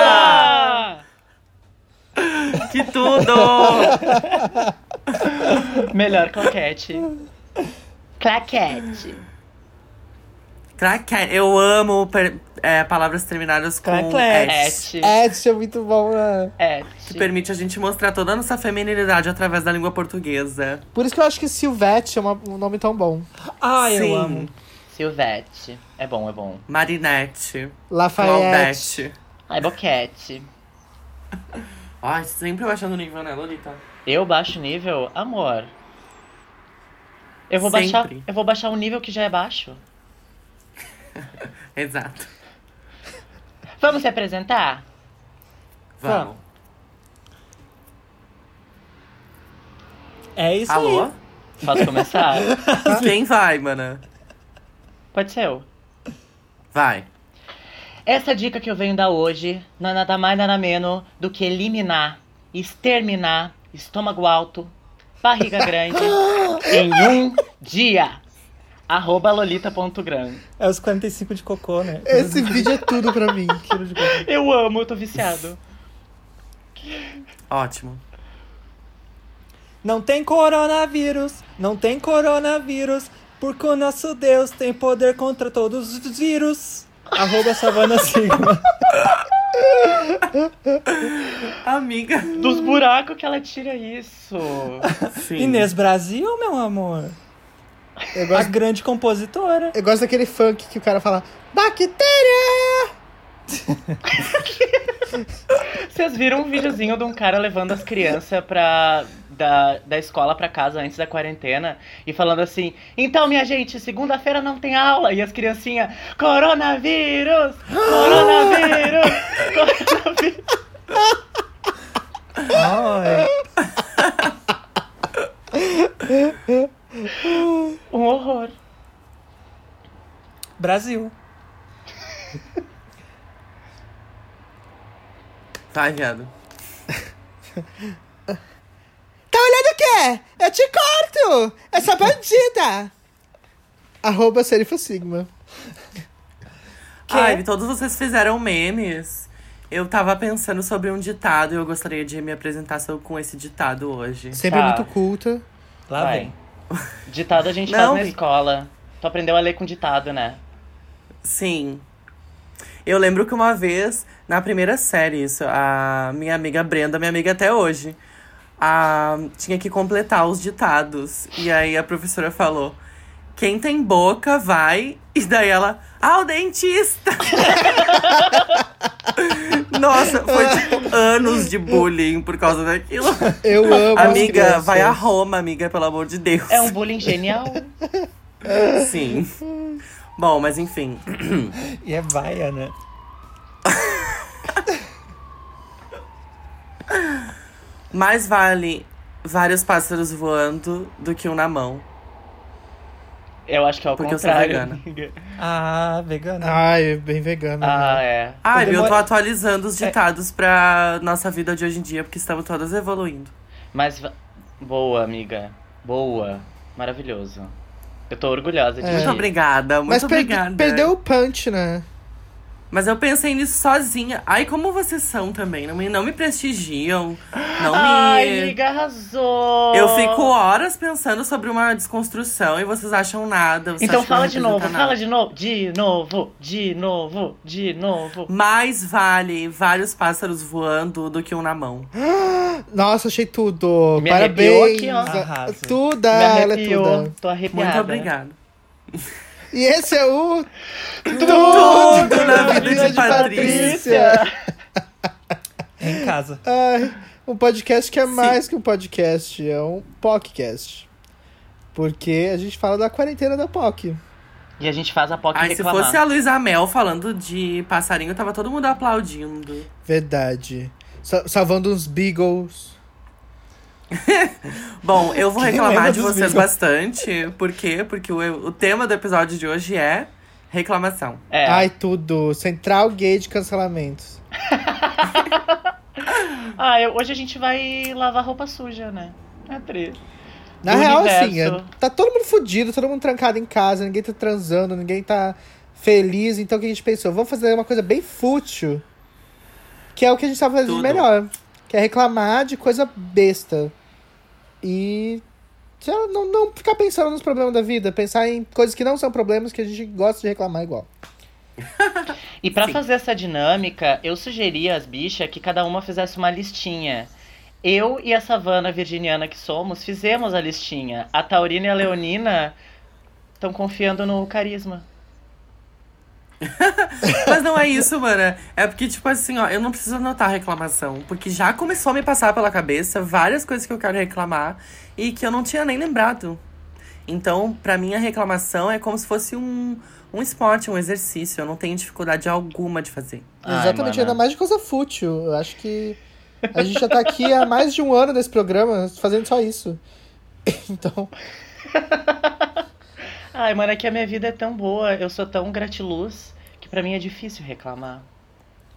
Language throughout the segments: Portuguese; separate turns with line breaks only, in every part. Rola! Que tudo!
Melhor claquete. Claquete.
Craquete. Eu amo per- é, palavras terminadas com
Craquete.
et.
Et.
Et é muito bom, né?
Et.
Que permite a gente mostrar toda a nossa feminilidade através da língua portuguesa.
Por isso que eu acho que Silvete é uma- um nome tão bom.
Ai,
Sim.
eu amo.
Silvete. É bom, é bom.
Marinette.
Lafayette.
Claudette.
Ai, boquete.
Ai, sempre baixando o nível, né, Lolita?
Eu baixo o nível, amor. Eu vou
Sempre.
baixar. Eu vou baixar um nível que já é baixo.
Exato.
Vamos se apresentar?
Vamos.
É isso aí.
Alô?
Posso começar?
Quem vai, mana?
Pode ser eu.
Vai.
Essa dica que eu venho dar hoje não é nada mais nada menos do que eliminar, exterminar, estômago alto, barriga grande em um dia. Arroba lolita.gram.
É os 45 de cocô, né?
Esse vídeo é tudo pra mim.
Quilo de cocô.
Eu amo, eu tô viciado.
Ótimo.
Não tem coronavírus, não tem coronavírus, porque o nosso Deus tem poder contra todos os vírus. Arroba Savana Sigma.
Amiga.
Dos buracos que ela tira isso.
Sim.
Inês Brasil, meu amor.
Eu
A
gosto,
grande compositora.
eu gosto daquele funk que o cara fala bactéria!
Vocês viram um videozinho de um cara levando as crianças pra. Da, da escola pra casa antes da quarentena e falando assim: então, minha gente, segunda-feira não tem aula. E as criancinhas: coronavírus! Coronavírus! coronavírus.
Ai.
Um horror.
Brasil.
Vai, viado.
Tá olhando o quê? Eu te corto! Essa bandida! Arroba Serifa Sigma.
Quê?
Ai, todos vocês fizeram memes. Eu tava pensando sobre um ditado e eu gostaria de me apresentar so- com esse ditado hoje.
Sempre
Tá.
muito culta. Tá
Lá
Vai.
vem.
Ditado a gente
Não,
faz na
e-
escola. Tu aprendeu a ler com ditado, né?
Sim. Eu lembro que uma vez, na primeira série, isso, a minha amiga Brenda, minha amiga até hoje, a, tinha que completar os ditados. E aí a professora falou: Quem tem boca, vai. E daí ela, ao dentista! Nossa, foi tipo anos de bullying por causa daquilo.
Eu amo as
Amiga,
crianças.
vai a Roma, amiga, pelo amor de Deus.
É um bullying genial.
Sim. Bom, mas enfim.
E é vaia, né?
Mais vale vários pássaros voando do que um na mão.
Eu acho que é o
Porque eu sou
contrário.
vegana.
amiga.
Ah, vegana.
Ai, bem vegana. né?
Ah, é.
Ai,
Eu
eu tô
demorei-
atualizando os ditados pra nossa vida de hoje em dia, porque estamos todas evoluindo.
Mas va- boa, amiga. Boa. Maravilhoso. Eu tô orgulhosa de
É.
ti.
Muito obrigada, muito
Mas per-
obrigada.
perdeu o punch, né?
Mas eu pensei nisso sozinha. Ai, como vocês são também. Não me, não me prestigiam. Não
Ai,
me.
amiga, arrasou.
Eu fico horas pensando sobre uma desconstrução e vocês acham nada. vocês
Então
acham que não
fala de novo,
representa
fala
nada.
de novo, de novo, de novo, de novo.
Mais vale vários pássaros voando do que um na mão.
Nossa, achei tudo.
Me arrepiou
Parabéns.
aqui, ó.
Arrasa.
Tuda,
Me
ela é
arrepiou,
tudo.
tô
Muito
arrepiada.
obrigada.
E esse é o
Tudo na vida de Patrícia.
É Em casa.
Ai, um podcast que é mais que um podcast, é um podcast. Porque a gente fala da quarentena da POC.
E a gente faz a POC
Ai,
reclamar.
se fosse a Luísa Mel falando de passarinho, tava todo mundo aplaudindo.
Verdade. Sa- salvando uns beagles.
Bom, eu vou
Quem
reclamar
lembra
de
dos
vocês
Beatles?
bastante. Por quê? Porque o, o tema do episódio de hoje é reclamação.
É,
Ai, tudo. Central gay de cancelamentos.
Ah, eu- hoje a gente vai lavar roupa suja, né? É tri.
Na
Do
real,
universo.
assim, é- tá todo mundo fudido, todo mundo trancado em casa, ninguém tá transando, ninguém tá feliz. Então o que a gente pensou? Vamos fazer uma coisa bem fútil Que é o que a gente tava fazendo de
Tudo.
melhor. Que é reclamar de coisa besta. E. sei lá, Não, não ficar pensando nos problemas da vida, pensar em coisas que não são problemas que a gente gosta de reclamar igual.
E pra
Sim.
fazer essa dinâmica, eu sugeri às bichas que cada uma fizesse uma listinha. Eu e a Savana virginiana que somos fizemos a listinha. A Taurina e a Leonina estão confiando no carisma.
Mas não é isso, mana. É porque, tipo assim, ó, eu não preciso anotar a reclamação. Porque já começou a me passar pela cabeça várias coisas que eu quero reclamar e que eu não tinha nem lembrado. Então, pra mim, a reclamação é como se fosse um, um esporte, um exercício. Eu não tenho dificuldade alguma de fazer.
Ai,
Exatamente,
mana.
ainda mais de coisa fútil. Eu acho que a gente já tá aqui há mais de um ano nesse programa fazendo só isso. Então,
Ai, mano, é que a minha vida é tão boa, eu sou tão gratiluz, que pra mim é difícil reclamar.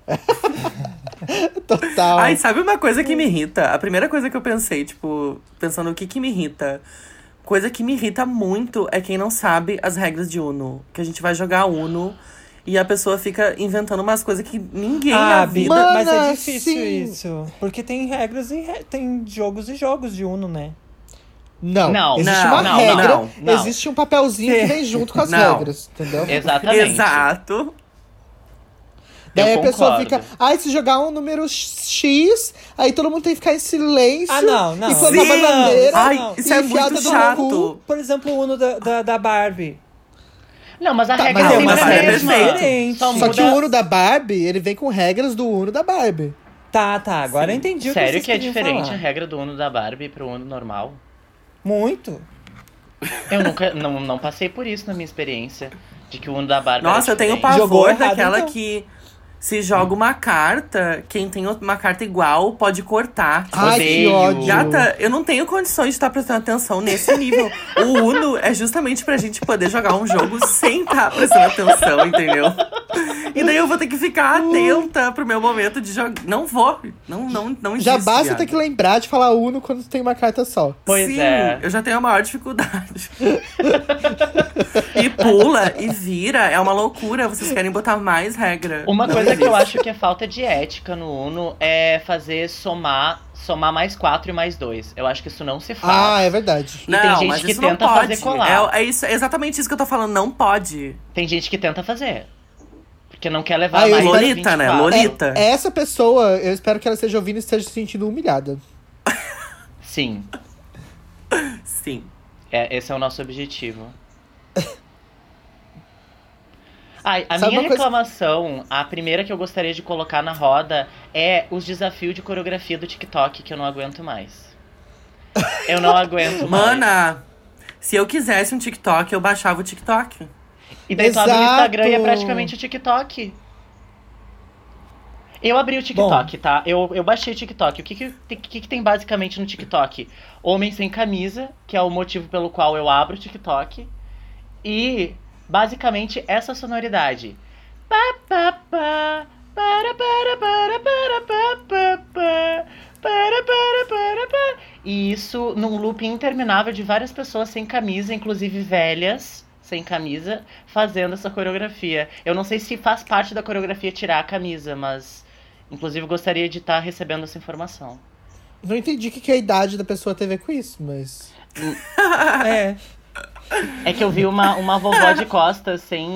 é total.
Ai, sabe uma coisa que me irrita? A primeira coisa que eu pensei, tipo, pensando o que que me irrita. Coisa que me irrita muito é quem não sabe as regras de Uno. Que a gente vai jogar Uno e a pessoa fica inventando umas coisas que ninguém na
Ah,
vida.
Bida, mas é
Mana,
difícil
sim.
isso. Porque tem regras e re- tem jogos e jogos de Uno, né?
Não,
Não,
existe
não,
uma
não,
regra,
não,
não.
existe um papelzinho que vem junto com as
Não.
regras, entendeu?
Exatamente.
Exato.
Eu
Daí a pessoa
concordo.
fica, ai, se jogar um número X, aí todo mundo tem que ficar em silêncio.
Ah, não, não.
E quando
Sim.
a bandeira.
Ai,
não.
isso é
Enfiada
muito
no
chato.
cu.
Por exemplo, o Uno da, da, da Barbie.
Não, mas a
Tá,
regra é
mas é
sempre
uma
a
regra
mesma.
diferente.
Só
Só que o
muda-
Uno da Barbie, ele vem com regras do Uno da Barbie.
Tá, tá. Agora eu entendi o que
Sério
vocês
que é
queriam
diferente
falar.
a regra do Uno da Barbie pro Uno normal?
Muito.
Eu nunca, não, não passei por isso na minha experiência, de que o Uno da Barbie era
Nossa, eu tenho
diferente.
pavor
Jogou errado,
daquela
então.
que se joga uma carta, quem tem uma carta igual pode cortar.
Ai, que
Odeio.
ódio.
Gata, eu não tenho condições de estar prestando atenção nesse nível. o Uno é justamente pra gente poder jogar um jogo sem estar prestando atenção, entendeu? E daí eu vou ter que ficar
Hum.
atenta pro meu momento de jogar. Não vou. Não, não, não existe.
Já basta ter que
viado.
lembrar de falar Uno quando tem uma carta só.
Pois
Sim,
é.
eu já tenho a maior dificuldade. e pula, e vira, é uma loucura. Vocês querem botar mais regra.
Uma coisa que eu acho que é falta de ética no Uno é fazer somar, somar mais quatro e mais dois. Eu acho que isso não se faz.
Tá.
Ah, é verdade.
E tem gente que tenta fazer colar.
É, é isso, é exatamente isso que eu tô falando, não pode.
Tem gente que tenta fazer. Porque não quer levar
Ah, eu-
mais de
Lolita, né?
24.
Lolita.
Essa pessoa, eu espero que ela esteja ouvindo e esteja se sentindo humilhada.
Sim,
Sim.
é, esse é o nosso objetivo. Ai, a
Sabe
minha
uma coisa-
reclamação, a primeira que eu gostaria de colocar na roda é os desafios de coreografia do TikTok que eu não aguento mais. Eu não aguento mais.
Mana, se eu quisesse um TikTok, eu baixava o TikTok.
E daí tu abre o
Exato.
Instagram e é praticamente o TikTok. Eu abri o TikTok, tá? Eu, eu baixei o TikTok. O que que, o que que tem basicamente no TikTok? Homem sem camisa, que é o motivo pelo qual eu abro o TikTok. E basicamente essa sonoridade. Pá, pá, pá, para, para, para, para, pá, pá, pá, para, para, para, pá. E isso num loop interminável de várias pessoas sem camisa, inclusive velhas sem camisa, fazendo essa coreografia. Eu não sei se faz parte da coreografia tirar a camisa, mas inclusive gostaria de estar recebendo essa informação.
Não entendi o que, que a idade da pessoa teve a ver com isso, mas.
É.
É que eu vi uma, uma vovó de costas sem,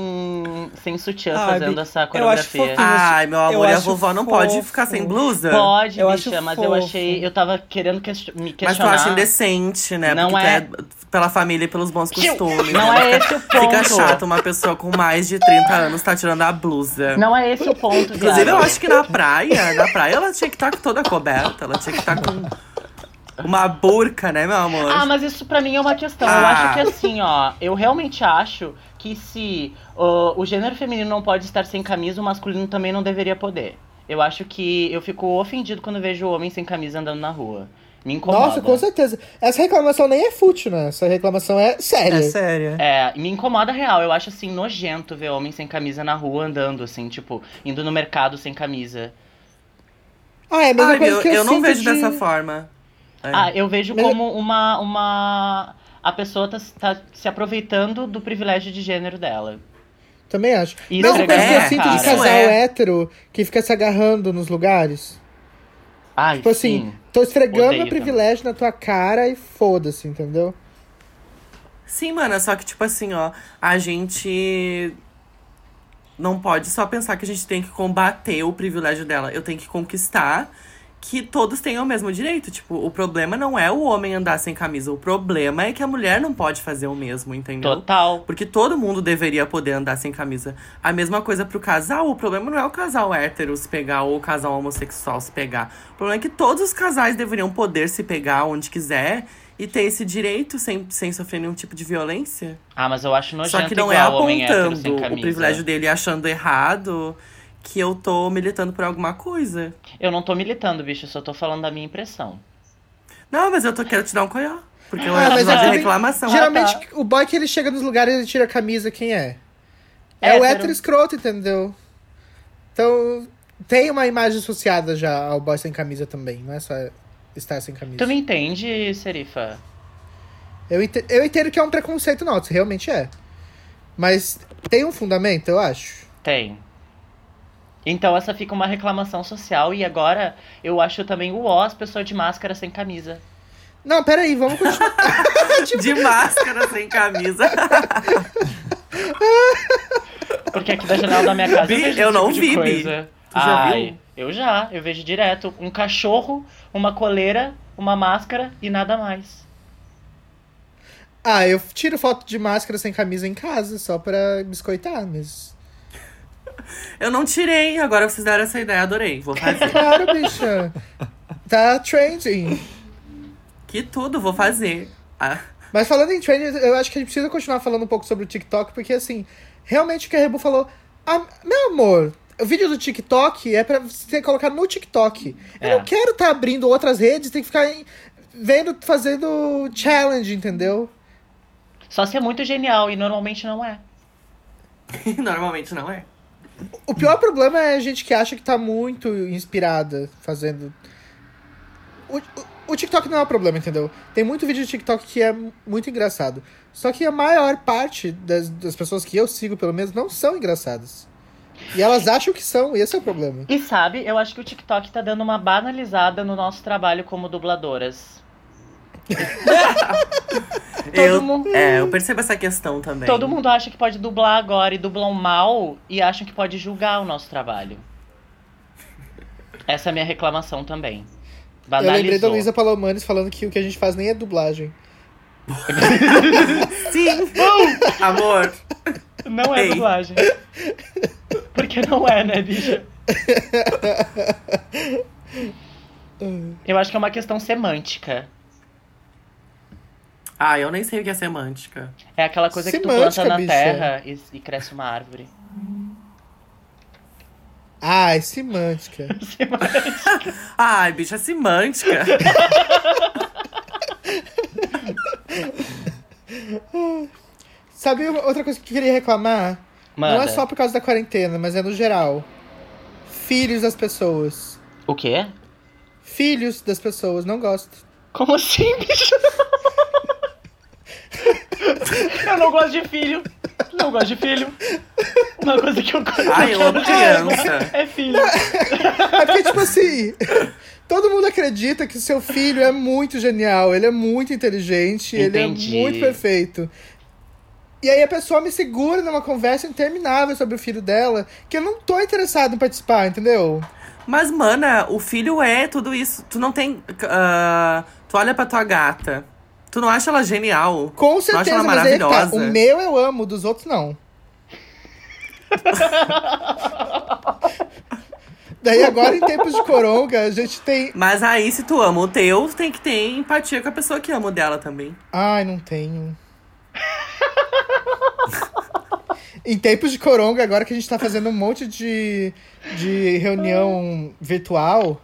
sem sutiã
Ah,
fazendo
Bi,
essa
acho
coreografia.
fofinho.
Ai, meu amor,
eu
a
acho
vovó não
fofo.
pode ficar sem blusa?
Pode,
Eu
bicha,
acho
mas eu
fofo.
achei. Eu tava querendo question- me
Mas assim, tu
questionar.
acha indecente, né?
Não
Porque
é.
tu pela família e pelos bons costumes.
Não
né?
é esse o ponto.
Fica chato uma pessoa com mais de 30 anos tá tirando a blusa.
Não é esse o ponto,
Inclusive, eu
viado.
acho que na praia, na praia ela tinha que estar toda coberta. Ela tinha que estar com uma burca, né, meu amor?
Ah, mas isso pra mim é uma questão. Eu
Ah.
acho que assim, ó, eu realmente acho que se ó, o gênero feminino não pode estar sem camisa, o masculino também não deveria poder. Eu acho que eu fico ofendido quando vejo homem sem camisa andando na rua. Me incomoda.
Nossa, com certeza. Essa reclamação nem é fútil, né? Essa reclamação é séria.
É sério.
É, me incomoda real. Eu acho assim nojento ver homem sem camisa na rua andando assim, tipo, indo no mercado sem camisa.
Ah, é a mesma
Ai,
coisa
meu,
que eu,
eu não
sinto
vejo
de-
dessa forma. É.
Ah, eu vejo
Mas-
como uma uma a pessoa tá, tá se aproveitando do privilégio de gênero dela.
Também acho.
Isso
Mesmo
é
coisa que eu
legal,
sinto de
cara.
casal
Isso é.
hétero que fica se agarrando nos lugares.
Ai,
Tipo assim,
sim.
tô esfregando
Odeio
meu privilégio na tua cara e foda-se, entendeu?
Sim, mana, só que tipo assim, ó, a gente não pode só pensar que a gente tem que combater o privilégio dela. Eu tenho que conquistar que todos tenham o mesmo direito. Tipo, o problema não é o homem andar sem camisa, o problema é que a mulher não pode fazer o mesmo, entendeu?
Total.
Porque todo mundo deveria poder andar sem camisa. A mesma coisa pro casal. O problema não é o casal hétero se pegar ou o casal homossexual se pegar. O problema é que todos os casais deveriam poder se pegar onde quiser e ter esse direito sem, sem sofrer nenhum tipo de violência.
Ah, mas eu acho nojento
Só que não é
igual homem hétero sem
apontando o
camisa.
privilégio dele e achando errado que eu tô militando por alguma coisa.
Eu não tô militando, bicho, eu só tô falando da minha impressão.
Não, mas eu tô quero te dar um coió. Porque eu
Ah,
é
mas
episódio
é
de
também-
reclamação.
Geralmente, o boy que ele chega nos lugares e ele tira a camisa, quem é? É o
Hétero.
hétero escroto, entendeu? Então, tem uma imagem associada já ao boy sem camisa também, não é só estar sem camisa.
Tu me entende, Serifa?
Eu, ente- eu entendo que é um preconceito nosso, realmente é. Mas tem um fundamento, eu acho.
Tem. Então essa fica uma reclamação social e agora eu acho também o ó as pessoas de máscara sem camisa.
Não, peraí, vamos continuar.
De máscara sem camisa.
Porque aqui da janela da minha casa eu
Bi,
vejo
eu
esse
não
tipo
vi, Bi.
de coisa.
Tu já
Ai,
viu?
eu já, eu vejo direto. Um cachorro, uma coleira, uma máscara e nada mais.
ah, eu tiro foto de máscara sem camisa em casa, só pra biscoitar, mas.
Eu não tirei, agora vocês deram essa ideia, adorei. Vou fazer.
Claro, bicha. Tá trending.
Que tudo, vou fazer. Ah,
Mas falando em trending, eu acho que a gente precisa continuar falando um pouco sobre o TikTok, porque assim, realmente o que a Rebu falou. "Ah, meu amor, o vídeo do TikTok é pra você colocar no TikTok.
É.
Eu não quero estar abrindo outras redes, tem que ficar em- vendo, fazendo challenge, entendeu?
Só se é muito genial e normalmente não é.
Normalmente não é.
O pior problema é a gente que acha que tá muito inspirada fazendo. O, o, o TikTok não é o problema, entendeu? Tem muito vídeo de TikTok que é muito engraçado. Só que a maior parte das, das pessoas que eu sigo, pelo menos, não são engraçadas. E elas acham que são, e esse é o problema.
E sabe, eu acho que o TikTok tá dando uma banalizada no nosso trabalho como dubladoras. Todo
eu,
mundo-
É, eu percebo essa questão também.
Todo mundo acha que pode dublar agora e dublam mal e acham que pode julgar o nosso trabalho. Essa é a minha reclamação também.
Eu lembrei da
Banalizou.
Luísa Palomanes falando que o que a gente faz nem é dublagem.
Sim! Amor,
Não é
Ei.
dublagem. Porque não é, né, bicha? Eu acho que é uma questão semântica.
ah, eu nem sei o que é semântica.
É aquela coisa que tu
Semântica,
planta na
bicha.
terra e, e cresce uma árvore.
Ai, Ah, é semântica.
Ai, bicha, semântica.
Sabe uma- outra coisa que eu queria reclamar?
Manda.
Não é só por causa da quarentena, mas é no geral. Filhos das pessoas.
O quê?
Filhos das pessoas, não gosto.
Como assim, bicho? eu não gosto de filho. Não gosto de filho. Uma coisa que eu gosto
Ai, eu amo criança.
É filho.
É porque, tipo assim, todo mundo acredita que seu filho é muito genial, ele é muito inteligente,
Entendi.
ele é muito perfeito. E aí a pessoa me segura numa conversa interminável sobre o filho dela, que eu não tô interessado em participar, entendeu?
Mas, mana, o filho é tudo isso. Tu não tem. ah, tu olha pra tua gata. Tu não acha ela genial?
Com
Tu acha
certeza,
ela
mas aí é que tá,
maravilhosa.
o meu eu amo, dos outros não. Daí agora, em tempos de coronga, a gente tem...
Mas aí, se tu ama o teu, tem que ter empatia com a pessoa que ama o dela também.
Ai, não tenho. em tempos de coronga, agora que a gente tá fazendo um monte de, de reunião virtual,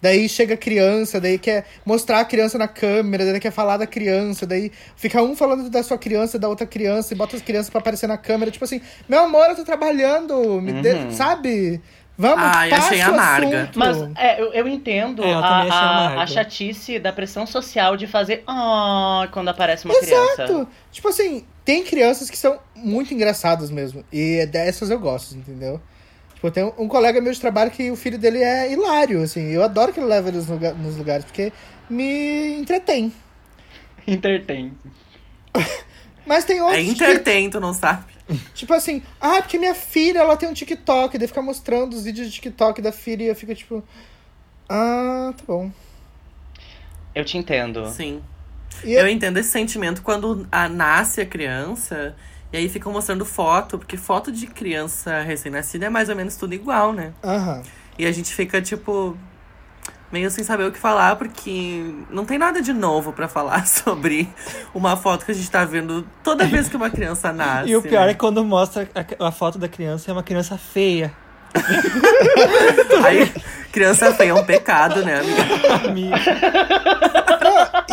daí chega criança, daí quer mostrar a criança na câmera, daí quer falar da criança, daí fica um falando da sua criança, da outra criança, e bota as crianças pra aparecer na câmera. Tipo assim, meu amor, eu tô trabalhando, me dê- sabe? Vamos,
Uhum. Ai,
passa
achei
o
amarga.
assunto.
Mas é, eu, eu entendo
É, eu
a,
também achei amargo.
a, a chatice da pressão social de fazer ah quando aparece uma criança.
Exato. Tipo assim, tem crianças que são muito engraçadas mesmo. E é dessas eu gosto, entendeu? Tipo, tem um colega meu de trabalho que o filho dele é hilário, assim. Eu adoro que ele leva eles nos lugar- nos lugares, porque me entretém.
Entertain.
Mas tem
É
outros que,
entertain, tu não sabe.
tipo assim, ah, porque minha filha, ela tem um TikTok, daí fica mostrando os vídeos de TikTok da filha e eu fico tipo, ah, tá bom.
Eu te entendo.
Sim.
E
é
Eu entendo esse sentimento quando a, nasce a criança e aí ficam mostrando foto, porque foto de criança recém-nascida é mais ou menos tudo igual, né?
Aham.
E a gente fica, tipo, meio sem saber o que falar, porque não tem nada de novo pra falar sobre uma foto que a gente tá vendo toda vez que uma criança nasce.
E o pior
né?
é quando mostra a, a foto da criança é uma criança feia.
Aí, criança feia é um pecado, né, amiga?
Me-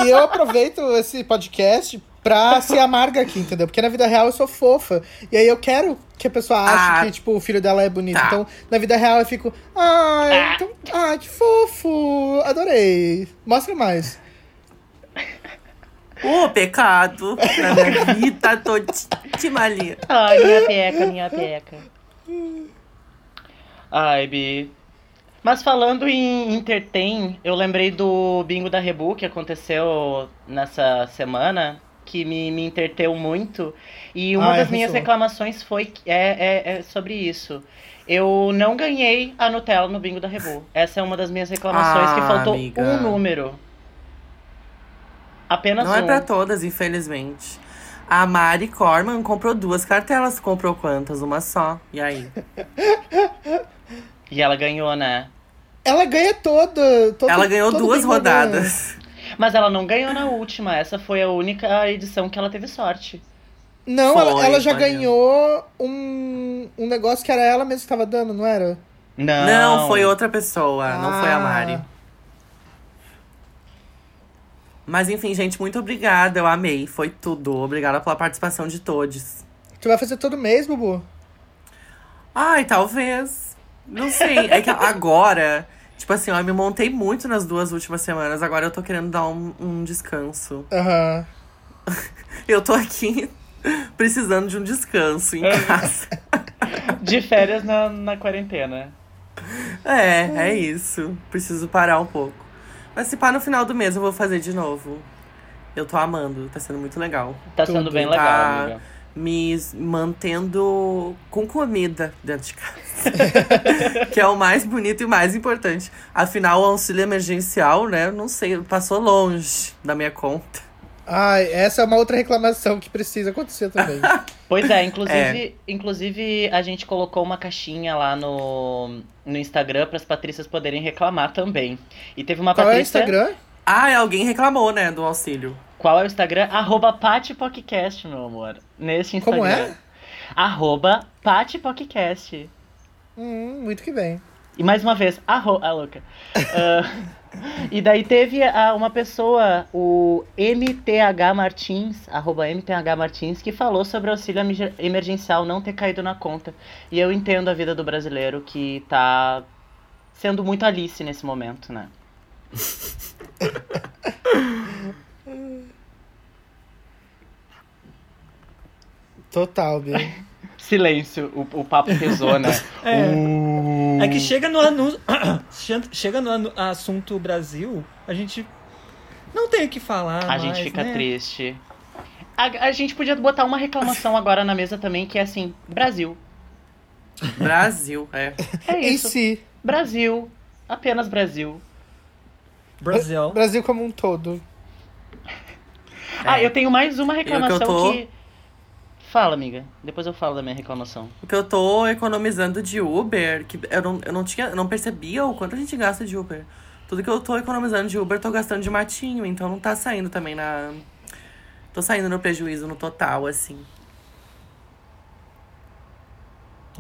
E eu aproveito esse podcast pra ser amarga aqui, entendeu? Porque na vida real eu sou fofa. E aí eu quero que a pessoa ache
Ah.
que, tipo, o filho dela é bonito.
Tá. Ah."
Então, na vida real eu fico, ai, então, ai, que fofo, adorei. Mostra mais.
Ô, pecado na minha vida todinha ali.
Ai, minha peca, minha peca. Ai, Bi. Mas falando em entertain, eu lembrei do bingo da Rebu que aconteceu nessa semana, que me, me entreteu muito. E uma
Ah, é,
das minhas
arrasou.
reclamações foi que- é, é, é sobre isso. Eu não ganhei a Nutella no bingo da Rebu. Essa é uma das minhas reclamações, que
Ah,
faltou
amiga.
um número. Apenas
Não
um.
é pra todas, infelizmente. A Mari Corman comprou duas cartelas. Comprou quantas? Uma só. E aí?
E ela ganhou, né?
Ela ganha toda. todo-
Ela ganhou
todo
duas
Big Brother.
rodadas.
Mas ela não ganhou na última, essa foi a única edição que ela teve sorte.
Não, ela,
Foi,
ela já
foi
ganhou um, um negócio que era ela mesma que tava dando, não era?
Não.
Não, foi outra pessoa. Não foi a
Ah.
Mari. Mas enfim, gente, muito obrigada. Eu amei. Foi tudo. Obrigada pela participação de todos.
Tu vai fazer todo mês, Bubu?
Ai, talvez. Não sei. É que agora, tipo assim, ó, eu me montei muito nas duas últimas semanas. Agora eu tô querendo dar um, um descanso.
Aham.
Eu tô aqui precisando de um descanso em
É.
casa.
De férias na, na quarentena.
É, é isso. Preciso parar um pouco. Mas se pá no final do mês eu vou fazer de novo. Eu tô amando, tá sendo muito legal.
Tá
Tudo,
sendo bem
tá?
legal, amiga.
Me s- mantendo com comida dentro de casa. que é o mais bonito e mais importante. Afinal, o auxílio emergencial, né? Não sei, passou longe da minha conta.
Ai, essa é uma outra reclamação que precisa acontecer também.
Pois é, inclusive, inclusive a gente colocou uma caixinha lá no, no Instagram para as Patrícias poderem reclamar também. E teve uma
Qual é o
Patrícia.
Instagram?
Ah, e alguém reclamou, né, do auxílio.
Qual é o Instagram? Arroba PatiPodcast, meu amor. Nesse Instagram.
Como é?
Arroba PatiPodcast.
Hum, muito que bem.
E mais uma vez, a, ro... a louca. Ah, e daí teve ah, uma pessoa, o MTH Martins, arroba MTH Martins, que falou sobre o auxílio emer- emergencial não ter caído na conta. E eu entendo a vida do brasileiro que tá sendo muito Alice nesse momento, né?
Total, Bia.
Silêncio, o, o papo pesou, né? Uh.
É. É que chega no anúncio. chega no anu- assunto Brasil, a gente não tem o que falar.
A gente
mais,
fica
né?
triste. A, a gente podia botar uma reclamação agora na mesa também, que é assim, Brasil.
Brasil, é.
É
Em
isso.
si,
Brasil. Apenas Brasil.
Brasil.
Brasil como um todo.
Ah, eu tenho mais uma
É. que eu
reclamação
tô-
que. Fala, amiga. Depois eu falo da minha reclamação.
O que eu tô economizando de Uber, que eu não, eu não tinha, eu não percebia o quanto a gente gasta de Uber. Tudo que eu tô economizando de Uber, eu tô gastando de matinho, então não tá saindo também na. Tô saindo no prejuízo no total, assim.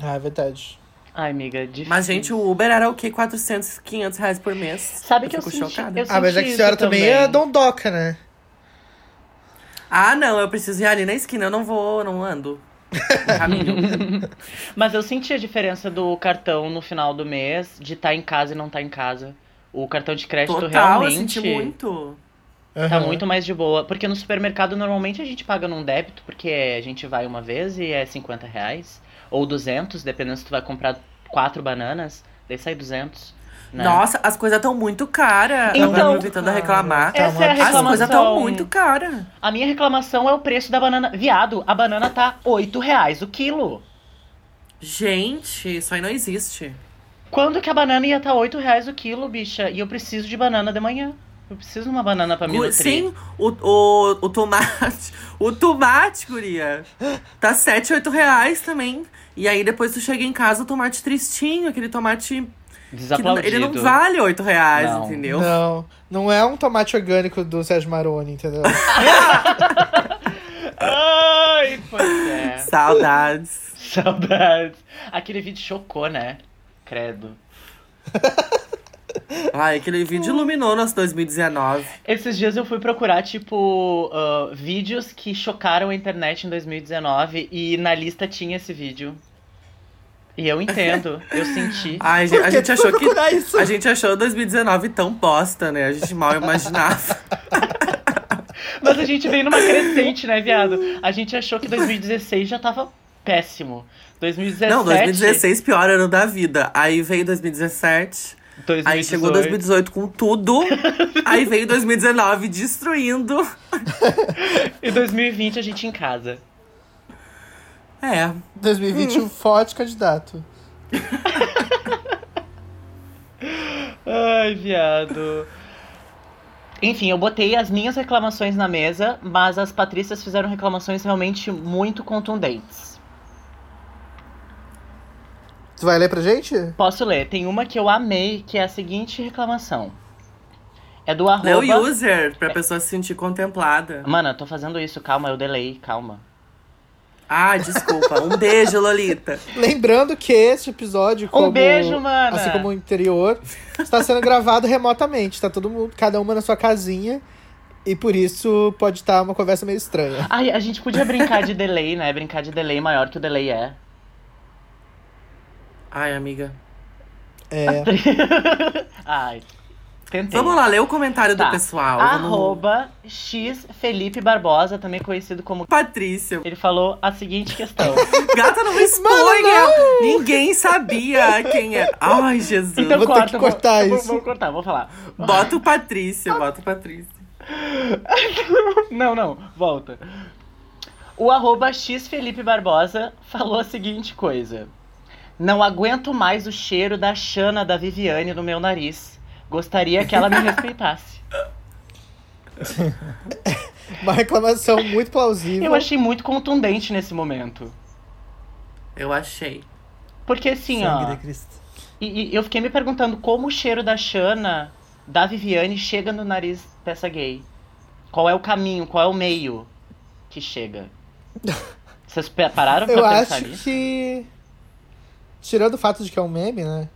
Ah, é verdade.
Ai, amiga, difícil.
Mas, gente, o Uber era o quê? 400, 500 reais por mês.
Sabe que eu
fico
senti-
chocada.
eu-
Ah, mas é que a
isso
senhora também
também.
é dondoca, né?
Ah, não, eu preciso ir ali na esquina, eu não vou, não ando. Um caminho.
Mas eu senti a diferença do cartão no final do mês, de estar em casa e não estar em casa. O cartão de crédito
Total, eu
realmente
senti muito.
tá
Aham.
muito mais de boa. Porque no supermercado normalmente a gente paga num débito, porque a gente vai uma vez e é 50 reais. Ou 200, dependendo se tu vai comprar quatro bananas, daí sai 200. Né?
Nossa, as coisas estão muito caras.
Então,
Agora aproveitando a reclamar. assim,
tá
Essa é a
uma-
As
reclamação.
coisas estão muito caras.
A minha reclamação é o preço da banana. Viado, a banana tá 8 reais o quilo.
Gente, isso aí não existe.
Quando que a banana ia estar tá 8 reais o quilo, bicha? E eu preciso de banana de manhã. Eu preciso de uma banana pra me
Gu-
nutrir.
Sim, o, o, o tomate. O tomate, guria. Tá 7, 8 reais também. E aí depois tu chega em casa, o tomate tristinho, aquele tomate. Que não-
Desaplaudido.
ele não vale 8 reais,
Não.
entendeu?
Não, não é um tomate orgânico do Sérgio Maroni, entendeu?
Ai, pois é.
Saudades.
Saudades. Aquele vídeo chocou, né? Credo.
Ai, aquele vídeo iluminou nosso 2019.
Esses dias eu fui procurar, tipo, ah, vídeos que chocaram a internet em 2019 e na lista tinha esse vídeo. E eu entendo, eu senti.
Ai,
Por
a
que
gente
tu
achou
foi
que.
procurar isso?
A gente achou 2019 tão bosta, né? A gente mal imaginava.
Mas a gente veio numa crescente, né, viado? A gente achou que 2016 já tava péssimo. 2017.
Não, 2016 pior ano da vida. Aí veio 2017.
2018.
Aí chegou 2018 com tudo. aí veio 2019 destruindo.
E 2020 a gente em casa.
É.
2021, forte candidato.
Ai, viado. Enfim, eu botei as minhas reclamações na mesa, mas as Patrícias fizeram reclamações realmente muito contundentes.
Tu vai ler pra gente?
Posso ler? Tem uma que eu amei, que é a seguinte reclamação. É do
Leu
arroba...
né, user pra pessoa se sentir contemplada.
Mano, eu tô fazendo isso, calma, eu delay, calma.
Ah, desculpa. Um beijo, Lolita.
Lembrando que este episódio, como,
Um beijo, mana.
assim como o anterior, está sendo gravado remotamente. Tá todo mundo, cada uma na sua casinha. E por isso pode estar uma conversa meio estranha.
Ai, a gente podia brincar de delay, né? Brincar de delay maior que o delay é.
Ai, amiga.
É.
Ai, tentei.
Vamos lá, lê o comentário
Tá.
do pessoal. Vamos-
Arroba X Felipe Barbosa, também conhecido como...
Patrícia.
Ele falou a seguinte questão.
Gata não expõe! Ninguém sabia quem é. Ai, Jesus.
Então
vou ter
corta,
que cortar
vou,
isso.
Vou, vou cortar, vou falar.
Bota o Patrícia, bota o Patrícia.
Não, não, volta. O arroba X Felipe Barbosa falou a seguinte coisa. Não aguento mais o cheiro da Xana da Viviane no meu nariz. Gostaria que ela me respeitasse.
Uma reclamação muito plausível.
Eu achei muito contundente nesse momento.
Eu achei.
Porque assim,
Sangue
ó.
de Cristo.
E, e eu fiquei me perguntando como o cheiro da Xana, da Viviane, chega no nariz dessa gay. Qual é o caminho, qual é o meio que chega? Vocês pe- pararam pra
Eu
pensar
acho
nisso?
que. Tirando o fato de que é um meme, né?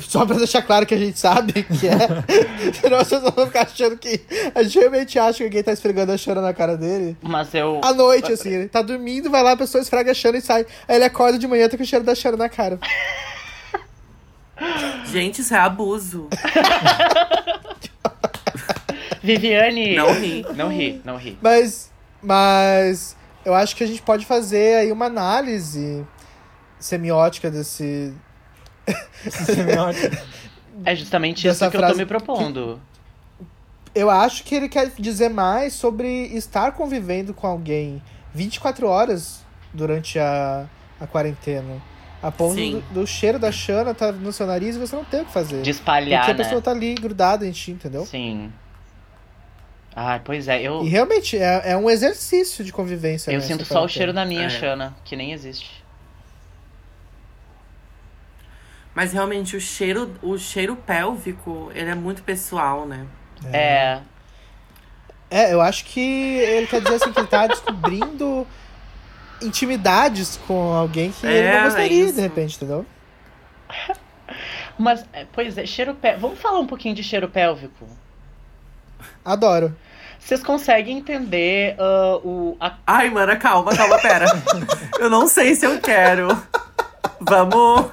Só pra deixar claro que a gente sabe que é. Senão vocês vão ficar achando que. A gente realmente acha que alguém tá esfregando a chora na cara dele.
Mas eu.
À noite, assim, ele tá dormindo, vai lá, a pessoa esfrega a chana e sai. Aí ele acorda de manhã tá com o cheiro da chana na cara.
Gente, isso é abuso.
Viviane!
Não ri.
Não ri, não ri.
Mas. Mas. Eu acho que a gente pode fazer aí uma análise semiótica desse.
Semiótica.
É justamente
Dessa
isso que eu tô
frase
me propondo.
Eu acho que ele quer dizer mais sobre estar convivendo com alguém 24 horas durante a, a quarentena. A ponto do,
Sim.
do cheiro da Xana tá no seu nariz e você não tem o que fazer.
De
porque
espalhar,
a pessoa
né?
tá ali grudada em ti, entendeu?
Sim. Ai, pois é, eu,
E realmente é, é um exercício de convivência.
eu
né,
sinto só
essa
o
quarentena.
cheiro da minha
É.
Xana, que nem existe.
Mas realmente o cheiro, o cheiro pélvico, ele é muito pessoal, né?
É.
É, eu acho que ele quer dizer assim que ele tá descobrindo intimidades com alguém que ele
É,
não
é
gostaria, de
isso.
repente, entendeu?
Mas, é, pois é, cheiro pélvico. Vamos falar um pouquinho de cheiro pélvico?
Adoro.
Vocês conseguem entender ah, o, a
Ai, mana, calma, calma, pera. eu não sei se eu quero. Vamos.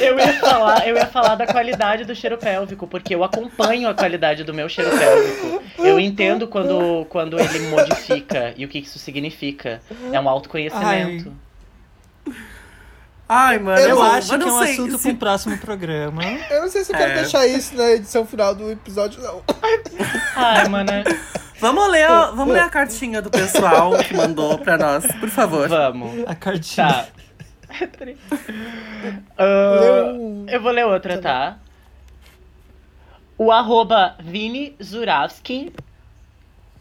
Eu ia falar, eu ia falar da qualidade do cheiro pélvico, porque eu acompanho a qualidade do meu cheiro pélvico. Eu entendo quando, quando ele modifica e o que isso significa. É um autoconhecimento.
Ai, mano,
Eu
Eu
vou-
acho
eu
que é
não
um
sei
assunto
se-
pro próximo programa.
Eu não sei se eu quero
É.
deixar isso na edição final do episódio, não.
Ai, mana,
Vamos ler, a- vamos ler a cartinha do pessoal que mandou pra nós, por favor.
vamos.
A cartinha.
Tá. Ah,
Leu um-
eu vou ler outra, tá? O arroba Vini Zuravski,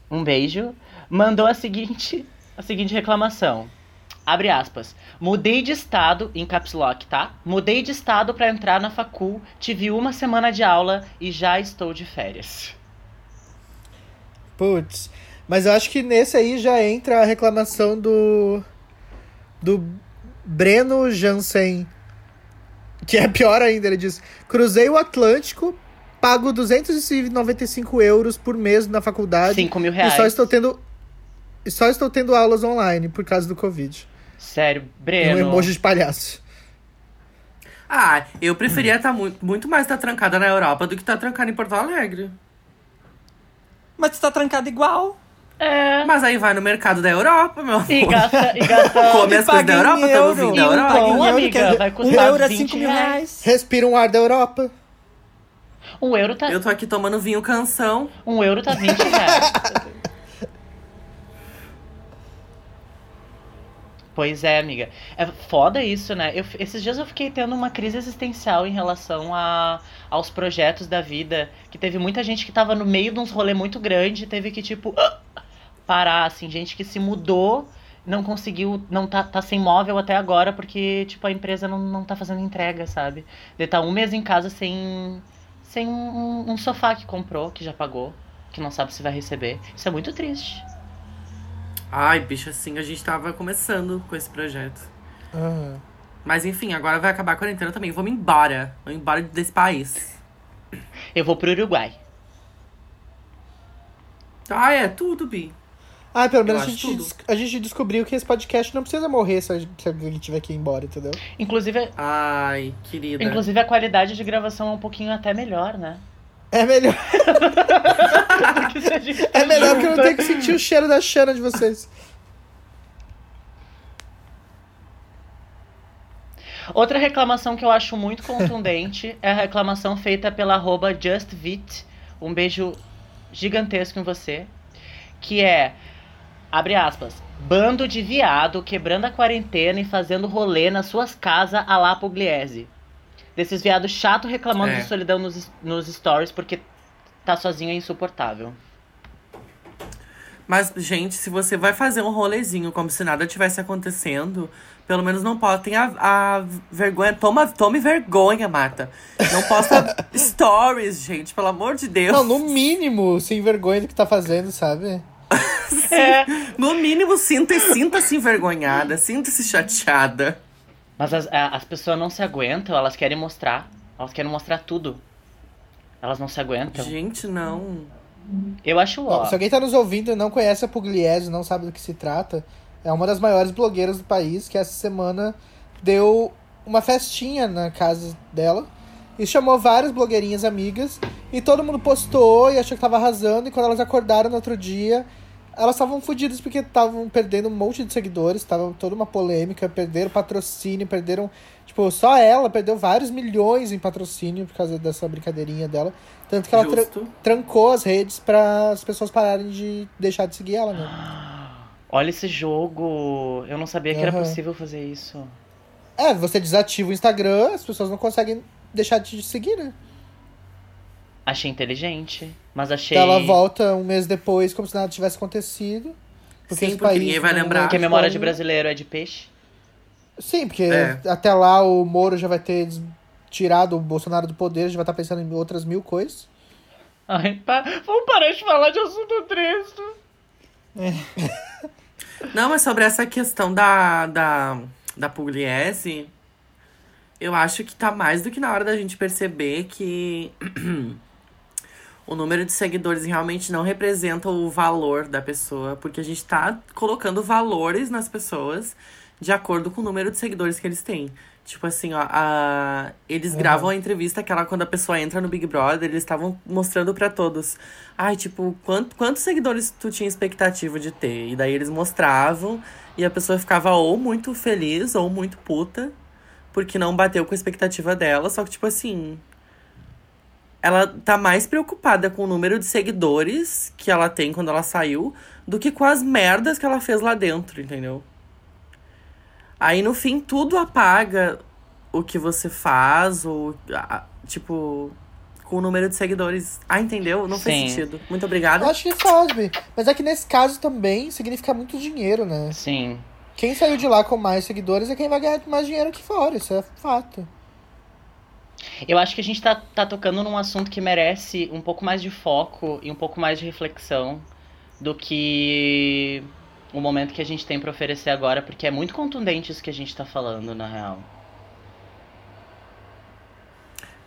um beijo, mandou a seguinte, a seguinte reclamação. Abre aspas. Mudei de estado, em caps lock, tá? Mudei de estado pra entrar na facul, tive uma semana de aula e já estou de férias.
Putz. Mas eu acho que nesse aí já entra a reclamação do. do Breno Jansen. Que é pior ainda, ele diz: Cruzei o Atlântico, pago 295 euros por mês na faculdade.
5 mil
e
reais.
só estou tendo. e Só estou tendo aulas online por causa do Covid.
Sério,
E um
Breno.
emoji de palhaço.
Ah, eu preferia estar muito, muito mais estar trancada na Europa do que estar trancada em Porto Alegre.
Mas tu tá trancado igual.
É.
Mas aí vai no mercado da Europa, meu amor.
E gasta, e gasta
Come as coisas da
em
Europa, tamo vindo da
E um
Europa.
paga em
Então,
euro,
amiga,
quer dizer,
vai
um
custar
euro a
20
cinco mil
reais.
reais.
Respira um ar da Europa.
Um euro tá,
Eu tô aqui tomando vinho canção.
um euro tá 20 reais. Pois é, amiga. É foda isso, né? Eu- esses dias eu fiquei tendo uma crise existencial em relação a, aos projetos da vida. Que teve muita gente que tava no meio de uns rolê muito grande e teve que, tipo, parar, assim. Gente que se mudou, não conseguiu, não tá, tá sem móvel até agora porque, tipo, a empresa não, não tá fazendo entrega, sabe? De tá um mês em casa sem, sem um, um sofá que comprou, que já pagou, que não sabe se vai receber. Isso é muito triste.
Ai, bicho, assim, a gente tava começando com esse projeto. Mas enfim, agora vai acabar a quarentena também. Vamos embora. Vamos embora desse país.
Eu vou pro Uruguai.
Ah, é tudo, Bi.
Ah, pelo menos a
acho
gente,
tudo.
des- a gente descobriu que esse podcast não precisa morrer se, a- se alguém tiver que ir embora, entendeu?
Inclusive,
Ai, querida.
Inclusive a qualidade de gravação é um pouquinho até melhor, né?
É melhor.
Porque se a gente
É melhor que eu não
junta-
tenha que sentir o cheiro da Xana de vocês.
Outra reclamação que eu acho muito contundente é a reclamação feita pela arroba JustVit. Um beijo gigantesco em você. Que é, abre aspas, bando de viado quebrando a quarentena e fazendo rolê nas suas casas a lá Pugliese. Desses viados chato reclamando
É.
de solidão nos, nos stories porque tá sozinho é insuportável.
Mas, gente, se você vai fazer um rolezinho como se nada tivesse acontecendo, pelo menos não pode. Tem a, a vergonha. Toma, tome vergonha, Marta. Não posta stories, gente, pelo amor de Deus.
Não, no mínimo, sem vergonha do que tá fazendo, sabe?
É,
No mínimo, sinta- sinta-se envergonhada, sinta-se chateada.
Mas as, a- as pessoas não se aguentam, elas querem mostrar. Elas querem mostrar tudo. Elas não se
Então.
aguentam.
Gente, não.
Eu acho ó.
Bom, se alguém tá nos ouvindo e não conhece a Pugliese, não sabe do que se trata, é uma das maiores blogueiras do país que essa semana deu uma festinha na casa dela e chamou várias blogueirinhas amigas e todo mundo postou e achou que tava arrasando e quando elas acordaram no outro dia, elas estavam fodidas porque estavam perdendo um monte de seguidores, tava toda uma polêmica, perderam patrocínio, perderam, tipo, só ela perdeu vários milhões em patrocínio por causa dessa brincadeirinha dela, tanto que ela tra-
Justo.
trancou as redes pra as pessoas pararem de deixar de seguir ela, né?
Olha esse jogo. Eu não sabia que era
Aham.
possível fazer isso.
É, você desativa o Instagram, as pessoas não conseguem deixar de te seguir, né?
Achei inteligente. Mas achei.
Então ela volta um mês depois, como se nada tivesse acontecido.
Sim,
esse
porque
país
ninguém vai
não
lembrar.
Porque a memória de
como-
brasileiro é de peixe.
Sim, porque
É.
até lá o Moro já vai ter des- tirado o Bolsonaro do poder, já vai estar pensando em outras mil coisas.
Ai, pá. Vamos parar de falar de assunto triste.
Não, mas sobre essa questão da, da, da Pugliese, eu acho que tá mais do que na hora da gente perceber que O número de seguidores realmente não representa o valor da pessoa, porque a gente tá colocando valores nas pessoas de acordo com o número de seguidores que eles têm. Tipo assim, ó, a... eles gravam a entrevista, aquela quando a pessoa entra no Big Brother, eles estavam mostrando pra todos. Ai, tipo, quant... quantos seguidores tu tinha expectativa de ter? E daí eles mostravam, e a pessoa ficava ou muito feliz ou muito puta, porque não bateu com a expectativa dela, só que, tipo assim. Ela tá mais preocupada com o número de seguidores que ela tem quando ela saiu do que com as merdas que ela fez lá dentro, entendeu? Aí no fim tudo apaga o que você faz, ou a- tipo, com o número de seguidores. Ah, entendeu? Não
Sim.
fez sentido. Muito
Eu
obrigada.
acho que faz, Bi. Mas é que nesse caso também significa muito dinheiro, né?
Sim.
Quem saiu de lá com mais seguidores é quem vai ganhar mais dinheiro aqui fora, isso é fato.
Eu acho que a gente tá, tá tocando num assunto que merece um pouco mais de foco e um pouco mais de reflexão do que o momento que a gente tem pra oferecer agora, porque é muito contundente isso que a gente tá falando, na real.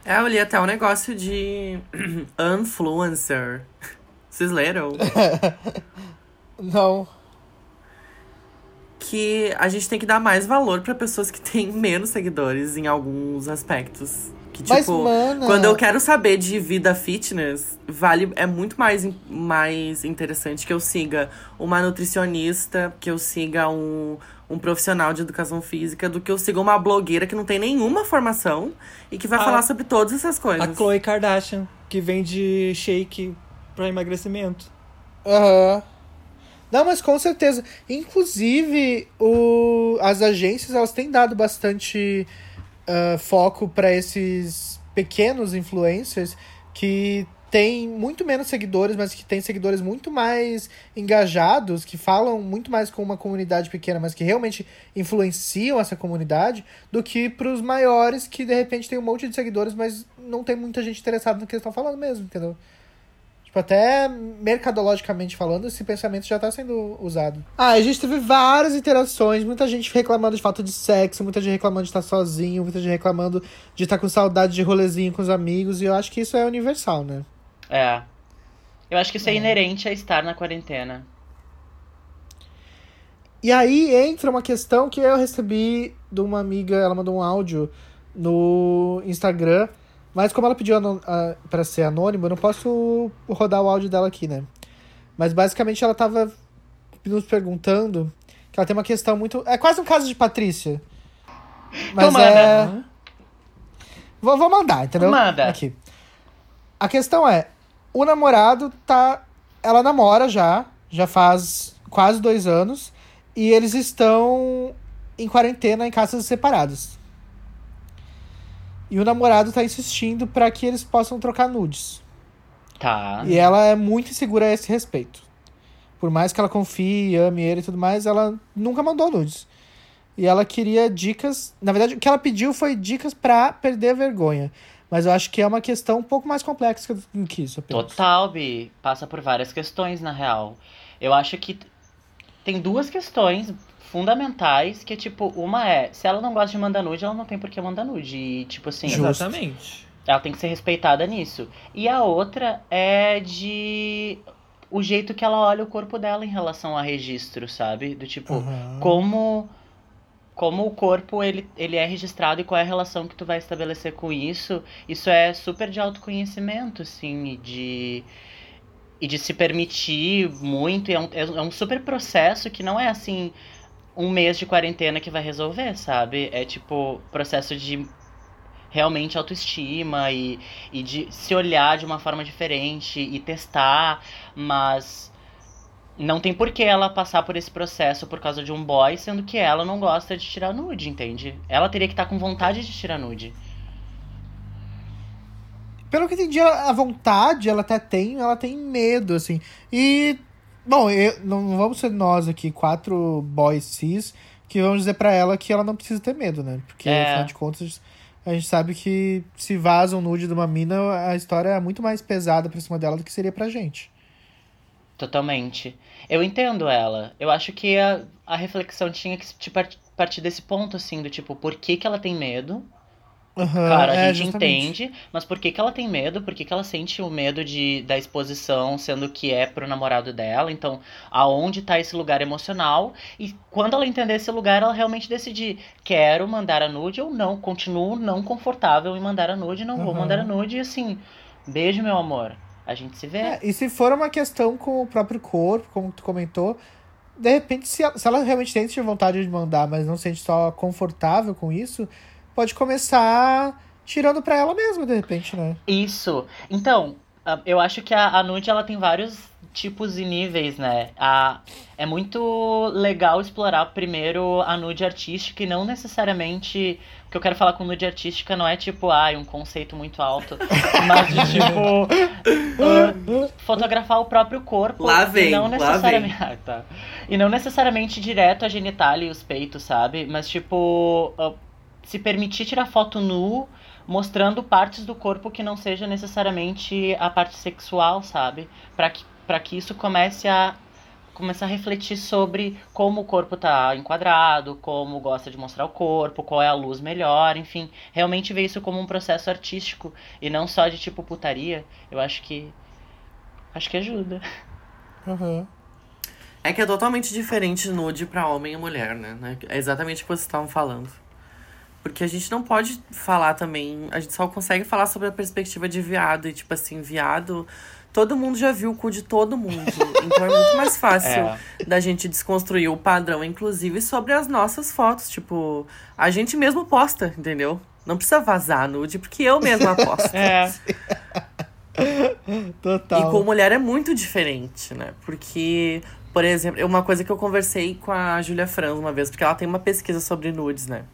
É, eu li até um negócio de influencer. Vocês leram?
Não.
que a gente tem que dar mais valor pra pessoas que têm menos seguidores em alguns aspectos. Que, tipo,
Mas, mana.
quando eu quero saber de vida fitness, vale é muito mais, in- mais interessante que eu siga uma nutricionista, que eu siga um, um profissional de educação física, do que eu siga uma blogueira que não tem nenhuma formação e que vai
Ah.
A-
falar sobre todas essas coisas.
A Chloe Kardashian, que vende shake pra emagrecimento.
Aham. Não, mas com certeza. Inclusive, o... as agências elas têm dado bastante ah, foco para esses pequenos influencers que têm muito menos seguidores, mas que têm seguidores muito mais engajados, que falam muito mais com uma comunidade pequena, mas que realmente influenciam essa comunidade, do que pros maiores que de repente têm um monte de seguidores, mas não tem muita gente interessada no que eles estão falando mesmo, entendeu? Tipo, até mercadologicamente falando, esse pensamento já tá sendo usado. Ah, a gente teve várias interações, muita gente reclamando de falta de sexo, muita gente reclamando de estar sozinho, muita gente reclamando de estar com saudade de rolezinho com os amigos, e eu acho que isso é universal, né?
É. Eu acho que isso é inerente a estar na quarentena.
E aí entra uma questão que eu recebi de uma amiga, ela mandou um áudio no Instagram, mas como ela pediu anon- ah, pra ser anônimo, eu não posso rodar o áudio dela aqui, né? Mas basicamente ela tava nos perguntando que ela tem uma questão muito. É quase um caso de Patrícia. Mas
Tomara.
é. Vou, vou mandar, entendeu?
Manda.
Aqui. A questão é: o namorado tá. Ela namora já, já faz quase dois anos, e eles estão em quarentena em casas separadas. E o namorado tá insistindo pra que eles possam trocar nudes.
Tá.
E ela é muito insegura a esse respeito. Por mais que ela confie, ame ele e tudo mais, ela nunca mandou nudes. E ela queria dicas. Na verdade, o que ela pediu foi dicas pra perder a vergonha. Mas eu acho que é uma questão um pouco mais complexa do que isso. apenas.
Total, Bi. Passa por várias questões, na real. Eu acho que t- tem duas questões fundamentais que, tipo, uma é, se ela não gosta de mandar nude, ela não tem por que mandar nude. E, tipo assim,
Exatamente.
ela tem que ser respeitada nisso. E a outra é de o jeito que ela olha o corpo dela em relação a registro, sabe? Do tipo,
Aham.
como como o corpo ele, ele é registrado e qual é a relação que tu vai estabelecer com isso isso é super de autoconhecimento assim e de e de se permitir muito e é um, é um super processo que não é assim um mês de quarentena que vai resolver sabe é tipo processo de realmente autoestima e, e de se olhar de uma forma diferente e testar mas não tem por que ela passar por esse processo por causa de um boy, sendo que ela não gosta de tirar nude, entende? Ela teria que estar com vontade de tirar nude.
Pelo que eu entendi, ela- a vontade ela até tem, ela tem medo, assim. E. Bom, eu- não não vamos ser nós aqui, quatro boys cis, que vamos dizer pra ela que ela não precisa ter medo, né? Porque,
É.
afinal de contas, a gente sabe que se vaza um nude de uma mina, a história é muito mais pesada pra cima dela do que seria pra gente.
Totalmente. Eu entendo ela. Eu acho que a, a reflexão tinha que se- te par- partir desse ponto, assim, do tipo, por que, que ela tem medo?
Aham,
Cara, a
é,
gente
justamente.
entende, mas por que, que ela tem medo? Por que, que ela sente o medo de, da exposição, sendo que é pro namorado dela? Então, aonde tá esse lugar emocional? E quando ela entender esse lugar, ela realmente decidir: quero mandar a nude ou não. Continuo não confortável em mandar a nude, não vou
Aham.
mandar a nude. E assim, beijo, meu amor. A gente se vê.
É, e se for uma questão com o próprio corpo, como tu comentou, de repente, se ela, se ela realmente sente vontade de mandar, mas não sente só confortável com isso, pode começar tirando pra ela mesma, de repente, né?
Isso. Então, a- eu acho que a, a nude ela tem vários tipos e níveis, né? A, é muito legal explorar primeiro a nude artística e não necessariamente. O que eu quero falar com nude artística não é tipo, ai, um conceito muito alto, mas de tipo. ah, fotografar o próprio corpo
Lá
e
vem,
não
lá
necessariamente. Ah, tá. E não necessariamente direto a genitália e os peitos, sabe? Mas tipo. ah, se permitir tirar foto nu mostrando partes do corpo que não seja necessariamente a parte sexual, sabe? Para que para que isso comece a começar a refletir sobre como o corpo tá enquadrado, como gosta de mostrar o corpo, qual é a luz melhor, enfim, realmente ver isso como um processo artístico e não só de tipo putaria. Eu acho que acho que ajuda.
Aham.
É que é totalmente diferente nude pra homem e mulher, né? Né? É exatamente o que vocês estavam falando. Porque a gente não pode falar também, a gente só consegue falar sobre a perspectiva de viado. E tipo assim, viado, todo mundo já viu o cu de todo mundo. Então é muito mais fácil
É.
da gente desconstruir o padrão, inclusive sobre as nossas fotos. Tipo, a gente mesmo posta, entendeu? Não precisa vazar nude, porque eu mesma posto.
É.
Total.
E com mulher é muito diferente, né? Porque, por exemplo, é uma coisa que eu conversei com a Júlia Franz uma vez, porque ela tem uma pesquisa sobre nudes, né?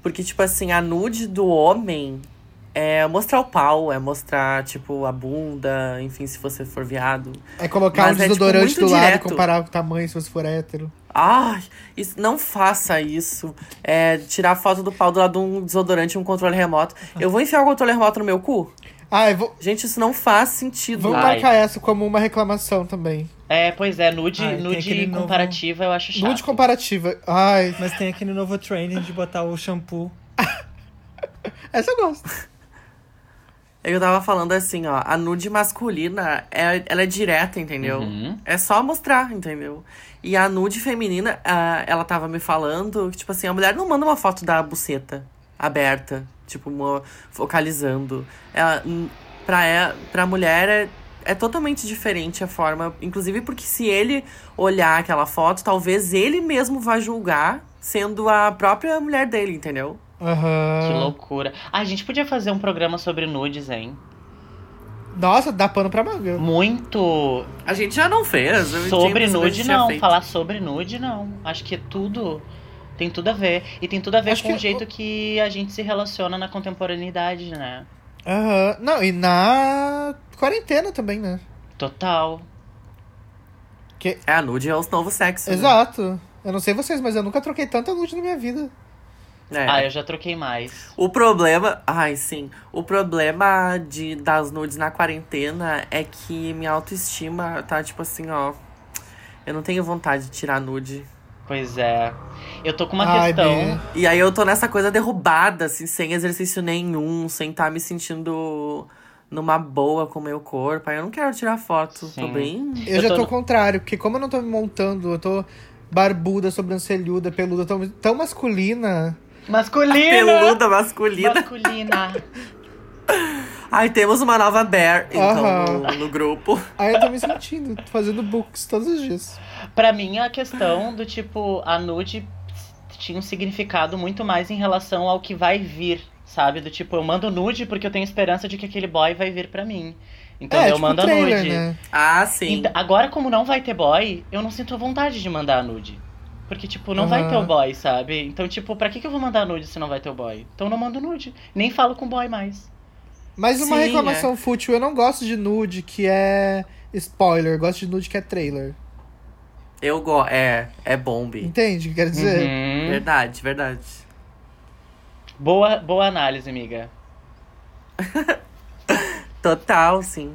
Porque, tipo assim, a nude do homem é mostrar o pau, é mostrar, tipo, a bunda, enfim, se você for viado.
É colocar um
Mas é, tipo,
desodorante
muito
do lado e
direto.
comparar o tamanho se você for hétero.
Ai, isso, não faça isso. É, tirar foto do pau do lado de um desodorante, um controle remoto. Eu vou enfiar o controle remoto no meu cu?
Ah, eu vou,
Gente, isso não faz sentido.
vamos
Ai.
marcar essa como uma reclamação também.
É, pois é, nude,
Ai, tem
nude
aquele novo-
comparativa eu acho chato.
Nude comparativa. Ai,
Mas tem aquele novo training de botar o shampoo.
essa eu gosto.
Eu tava falando assim, ó, a nude masculina, é, ela é direta, entendeu?
Uhum.
É só mostrar, entendeu? E a nude feminina, ah, ela tava me falando que, tipo assim, a mulher não manda uma foto da buceta aberta, tipo, mo- focalizando. Ela, hum, pra, e- pra mulher é, é totalmente diferente a forma, inclusive porque se ele olhar aquela foto, talvez ele mesmo vá julgar, sendo a própria mulher dele, entendeu?
Que
Aham.
loucura. Ah, a gente podia fazer um programa sobre nudes, hein?
Nossa, dá pano pra manga.
Muito.
A gente já não fez. eu tinha
sobre
impressão que a gente
nude,
tinha
não.
feito.
Falar sobre nude, não. Acho que é tudo. Tem tudo a ver. E tem tudo a ver
Acho
com
que
o jeito que a gente se relaciona na contemporaneidade, né?
Aham. Não, e na quarentena também, né?
Total.
É, a nude é os novos sexos.
né?
Exato. Eu não sei vocês, mas eu nunca troquei tanta nude na minha vida.
Né? É.
Ah, eu já troquei mais.
O problema. Ai, sim. O problema de, das nudes na quarentena é que minha autoestima tá tipo assim, ó. Eu não tenho vontade de tirar nude.
Pois é. Eu tô com uma
Ai,
questão.
Bia.
E aí eu tô nessa coisa derrubada, assim, sem exercício nenhum, sem estar tá me sentindo numa boa com o meu corpo. Aí eu não quero tirar foto. Tô
Sim.
bem.
Eu,
Eu
já
tô
tô,
no-
ao contrário, porque como eu não tô me montando, eu tô barbuda, sobrancelhuda, peluda, tão, tão masculina.
Masculina!
Peluda masculina.
Masculina!
Ai, temos uma nova Bear, então,
Aham.
no- no grupo.
Aí eu tô me sentindo, tô fazendo books todos os dias.
Pra mim, a questão do tipo, a nude tinha um significado muito mais em relação ao que vai vir, sabe? Do tipo, eu mando nude porque eu tenho esperança de que aquele boy vai vir pra mim. Então eu
tipo
mando a
trailer,
nude.
né?
Ah, sim.
Então, agora, como não vai ter boy, eu não sinto vontade de mandar a nude. Porque, tipo, não vai
Aham.
ter o boy, sabe? Então, tipo, pra que, que eu vou mandar nude se não vai ter o boy? Então eu não mando nude. Nem falo com boy mais.
Mas uma
é.
Sim,
reclamação fútil, eu não gosto de nude que é spoiler, eu gosto de nude que é trailer.
Eu gosto. É, é bombe.
Entende o que eu quero dizer?
Uhum.
Verdade, verdade.
Boa, boa análise, amiga.
Total, sim.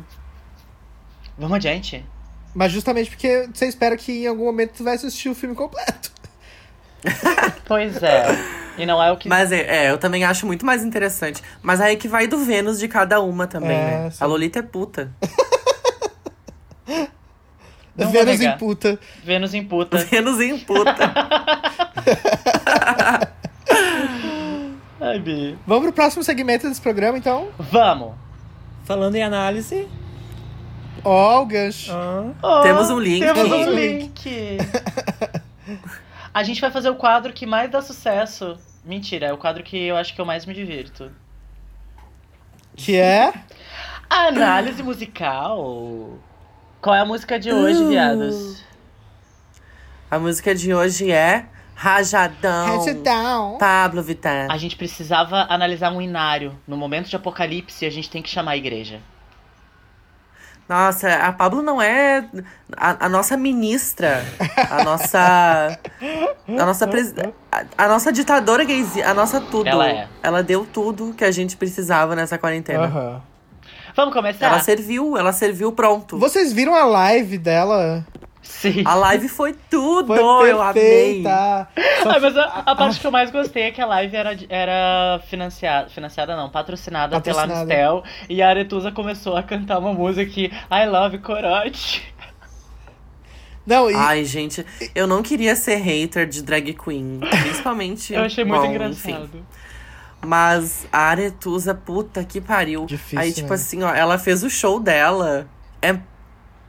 Vamos adiante?
Mas justamente porque você espera que em algum momento tu vai assistir o filme completo.
Pois é. E não é o que.
Mas é, é, eu também acho muito mais interessante. Mas aí é que vai do Vênus de cada uma também,
É,
né?
sim.
A Lolita é puta.
Não vou
Vênus
negar.
em puta.
Vênus imputa.
Vênus em puta.
Ai, Bi.
Vamos pro próximo segmento desse programa, então.
Vamos!
Falando em análise.
Ó, o gancho.
ah,
Oh,
Temos um link.
Temos
Temos
um
um
link. A gente vai fazer o quadro que mais dá sucesso. Mentira, é o quadro que eu acho que eu mais me divirto.
Que é.
A análise musical. Qual é a música de hoje,
Uh.
viados?
A música de hoje é Rajadão.
Heads down.
Pablo Vittar.
A gente precisava analisar um inário. No momento de apocalipse, a gente tem que chamar a igreja.
Nossa, a Pablo não é a, a nossa ministra, a nossa a nossa presi- a, a nossa ditadora gayzinha, a nossa tudo.
Ela é.
Ela deu tudo que a gente precisava nessa quarentena.
Aham.
Vamos começar?
Ela serviu, ela serviu pronto.
Vocês viram a live dela? Ah,
Sim.
A live foi tudo,
Foi
eu amei.
perfeita.
Ah, mas a, a parte que eu mais gostei é que a live era, era financiada, financiada não, patrocinada, pela
Patrocinada.
Mistel. E a Aretusa começou a cantar uma música que I Love Corote.
Não, e
Ai, gente, eu não queria ser hater de drag queen, principalmente.
Eu achei muito
bom, enfim.
engraçado.
Mas a Aretusa, puta que pariu.
Difícil,
Aí, tipo
né?
assim, ó, ela fez o show dela. É,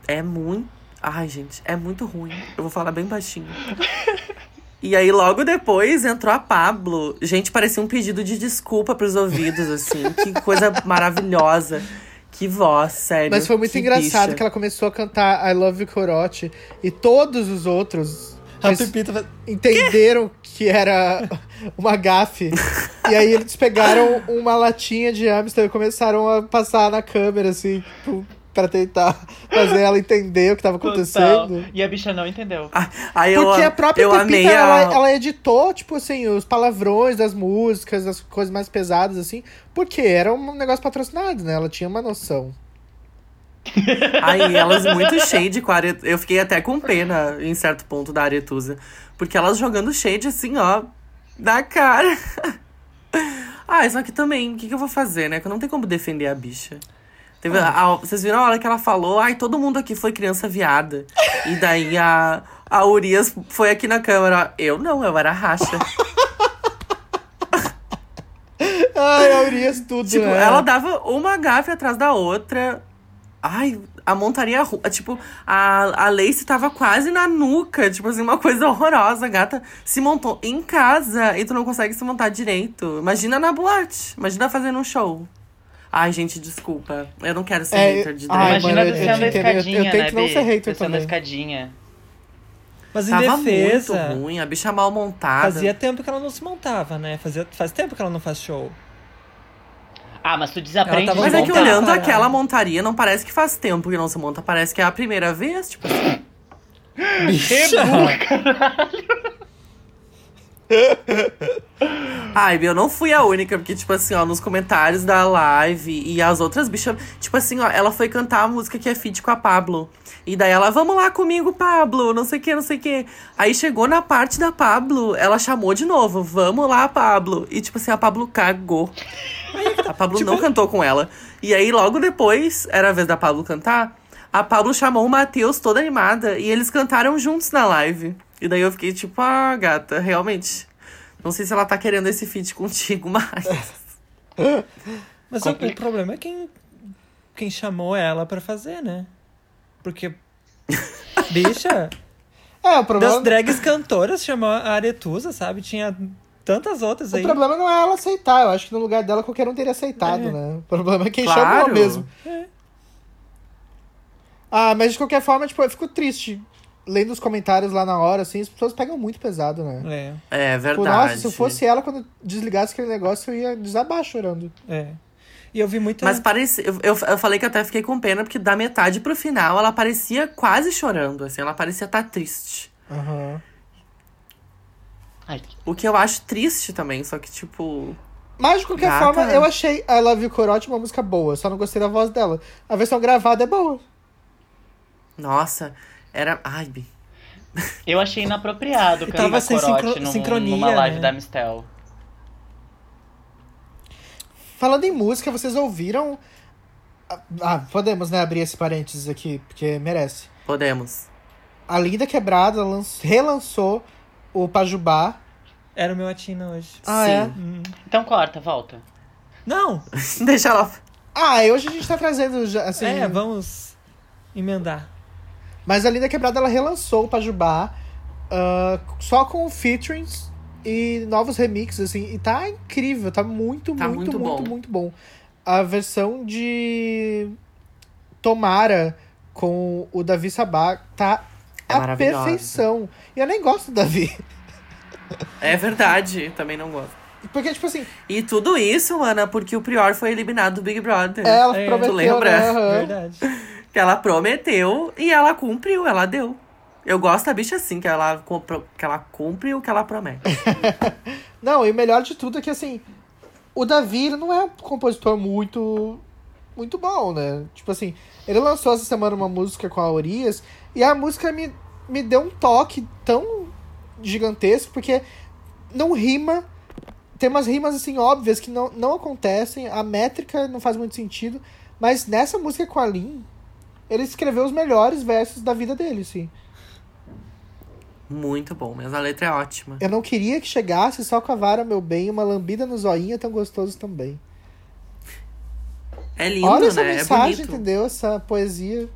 é muito. Ai, gente, é muito ruim. Eu vou falar bem baixinho. E aí, logo depois, entrou a Pablo. Gente, parecia um pedido de desculpa pros ouvidos, assim. Que coisa maravilhosa. Que voz, sério.
Mas foi muito
que
engraçado
bicha.
que ela começou a cantar I Love You Corote e todos os outros
a
mas
Pepita faz-
entenderam que era uma gafe. e aí eles pegaram uma latinha de Amstel e começaram a passar na câmera, assim, tipo, pra tentar fazer ela entender o que tava
Total.
acontecendo.
E a bicha não entendeu.
Ah, Aí eu,
Porque a própria
eu amei
Pepita,
a...
ela, é- ela editou, tipo assim, os palavrões das músicas, as coisas mais pesadas, assim, porque era um negócio patrocinado, né? Ela tinha uma noção.
Aí elas muito shade com a Are- Eu fiquei até com pena em certo ponto da Aretusa. Porque elas jogando shade assim, ó, na cara. ah, isso aqui também, o que, que eu vou fazer, né? Que eu não tenho como defender a bicha. Teve
Ah.
a- a- vocês viram a hora que ela falou, ai, todo mundo aqui foi criança viada. E daí a, a Urias foi aqui na câmera, ó, eu não, eu era racha.
Ai, a Urias tudo,
Tipo,
É.
né?
ela dava uma gafe atrás da outra. Ai, a montaria. ru- Tipo, a, a Lace tava quase na nuca. Tipo assim, uma coisa horrorosa. A gata se montou em casa e tu não consegue se montar direito. Imagina na boate. Imagina fazendo um show. Ai, gente, desculpa. Eu não quero ser
É,
hater de
ai,
drag.
Imagina
mano, eu- eu
descendo a
te entendo. Eu- eu
escadinha,
tento
né,
não
Bi?
ser hater
Descendo a
também.
escadinha.
Mas em
Tava
defesa.
muito ruim, a bicha mal montada.
Fazia tempo que ela não se montava, né? Fazia, faz tempo que ela não faz show.
Ah, mas tu desaprende
Ela tava
de
Mas é que
montar.
montada.
olhando aquela montaria, não parece que faz tempo que não se monta. Parece que é a primeira vez, tipo assim.
Bicha!
Ai, eu não fui a única, porque, tipo assim, ó, nos comentários da live e as outras bichas. Tipo assim, ó, ela foi cantar a música que é feat com a Pablo. E daí ela, vamos lá comigo, Pablo, não sei o que, não sei o que. Aí chegou na parte da Pablo, ela chamou de novo, vamos lá, Pablo. E, tipo assim, a Pablo cagou. A Pablo não cantou com ela. E aí, logo depois, era a vez da Pablo cantar. A Pablo chamou o Matheus toda animada e eles cantaram juntos na live. E daí eu fiquei tipo, ah, gata, realmente. Não sei se ela tá querendo esse feat contigo, mas.
Mas o,
Compli-
o problema é quem, quem chamou ela pra fazer, né? Porque. Bicha,
É, o problema
das drags cantoras chamou a Aretusa, sabe? Tinha tantas outras
O
aí.
problema não é ela aceitar, eu acho que no lugar dela qualquer um teria aceitado,
É.
né? O problema é quem
Claro. É.
chamou mesmo. Ah, mas de qualquer forma, tipo, eu fico triste. Lendo os comentários lá na hora, assim, as pessoas pegam muito pesado, né?
É
É,
Tipo,
verdade.
nossa, se eu fosse ela, quando eu desligasse aquele negócio, eu ia desabar chorando.
é. E eu vi muita.
Mas parecia. Eu, eu, eu falei que até fiquei com pena, porque da metade pro final ela parecia quase chorando, assim, ela parecia estar triste.
Aham.
Ai,
O que eu acho triste também, só que, tipo.
Mas de qualquer
Gata.
forma, eu achei I Love You Corote uma música boa, só não gostei da voz dela. A versão gravada é boa.
Nossa, era. Ai, Bi.
eu achei inapropriado
E tava
cantar
sem
corote
sincro-
num-
sincronia,
numa live
né?
da Mistel.
Falando em música, vocês ouviram. Ah, podemos, né, abrir esse parênteses aqui, porque merece.
Podemos.
A Linda Quebrada lan- relançou o Pajubá.
Era o meu atina hoje.
Ah,
Sim.
é?
Hum.
Então corta, volta.
Não!
Deixa ela.
Ah, e hoje a gente tá trazendo, já, assim.
É, vamos emendar.
Mas a Linda Quebrada ela relançou o Pajubá ah, só com featurings e novos remixes, assim. E tá incrível, tá muito,
Tá
muito, muito,
muito
muito bom.
bom.
A versão de Tomara com o Davi Sabá tá
É
a
maravilhosa.
perfeição. E eu nem gosto do Davi.
É verdade, também não gosto.
Porque, tipo assim,
E tudo isso, Ana, porque o Prior foi eliminado do Big Brother.
ela
É, tu
prometeu,
lembra?
né, aham.
Verdade.
Que ela prometeu e ela cumpriu, ela deu. Eu gosto da bicha assim, que ela, compro- que ela cumpre o que ela promete.
Não, e o melhor de tudo é que, assim, o Davi ele não é um compositor muito muito bom, né? Tipo assim, ele lançou essa semana uma música com a Urias e a música me, me deu um toque tão gigantesco, porque não rima, tem umas rimas, assim, óbvias que não, não acontecem, a métrica não faz muito sentido, mas nessa música com a Lin, ele escreveu os melhores versos da vida dele, assim.
Muito bom, mas a letra é ótima.
Eu não queria que chegasse só com a vara, meu bem, uma lambida no zoinha tão gostoso também.
É lindo,
Olha essa
né? é
mensagem,
bonito.
entendeu? Essa poesia.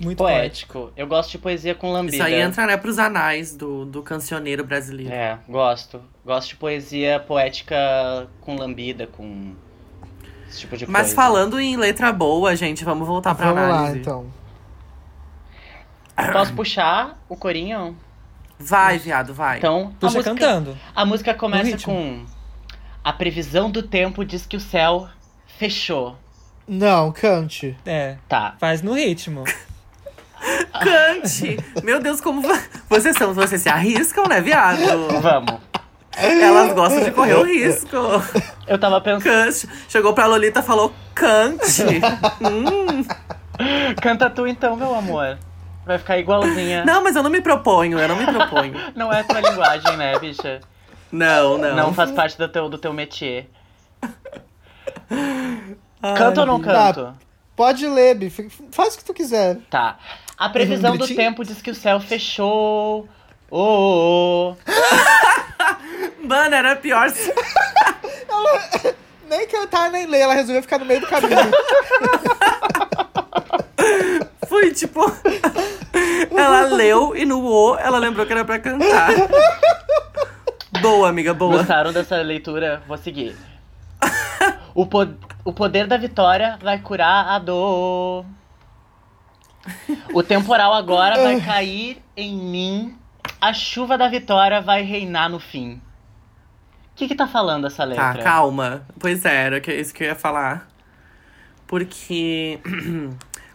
Muito forte.
Poético. Eu gosto de poesia com lambida.
Isso aí entra, né, pros anais do, do cancioneiro brasileiro.
É, gosto. Gosto de poesia poética com lambida, com esse tipo de
Mas
coisa.
falando em letra boa, gente, vamos voltar pra
Vamos
análise.
lá, então.
Posso puxar o corinho?
Vai, viado, vai.
Então, a
Puxa
música,
cantando.
a música começa
ritmo.
com... A previsão do tempo diz que o céu fechou.
Não, cante.
É,
Tá.
faz no ritmo.
Cante! Meu Deus, como va- vocês são, vocês se arriscam, né, viado?
Vamos.
Elas gostam de correr o risco.
Eu tava pensando...
Cante. Chegou pra Lolita, falou cante.
Canta tu então, meu amor. Vai ficar igualzinha.
Não, mas eu não me proponho, eu não me proponho.
Não é a tua linguagem, né, bicha?
Não, não.
Não faz parte do teu, do teu métier. Canto ou não
vida.
canto?
Pode ler, Bi. F- Faz o que tu quiser.
Tá. A previsão do
gritinho?
tempo diz que o céu fechou. Oh, oh, oh.
Mano, era pior.
Nem cantar, nem ler. Ela resolveu ficar no meio do caminho.
Fui, tipo. ela leu e no O ela lembrou que era pra cantar. Boa, amiga, boa.
Gostaram dessa leitura? Vou seguir. O, po o poder da vitória vai curar a dor. O temporal agora vai cair em mim. A chuva da vitória vai reinar no fim. O que que tá falando essa
Tá,
letra?
calma. Pois é, era que- isso que eu ia falar. Porque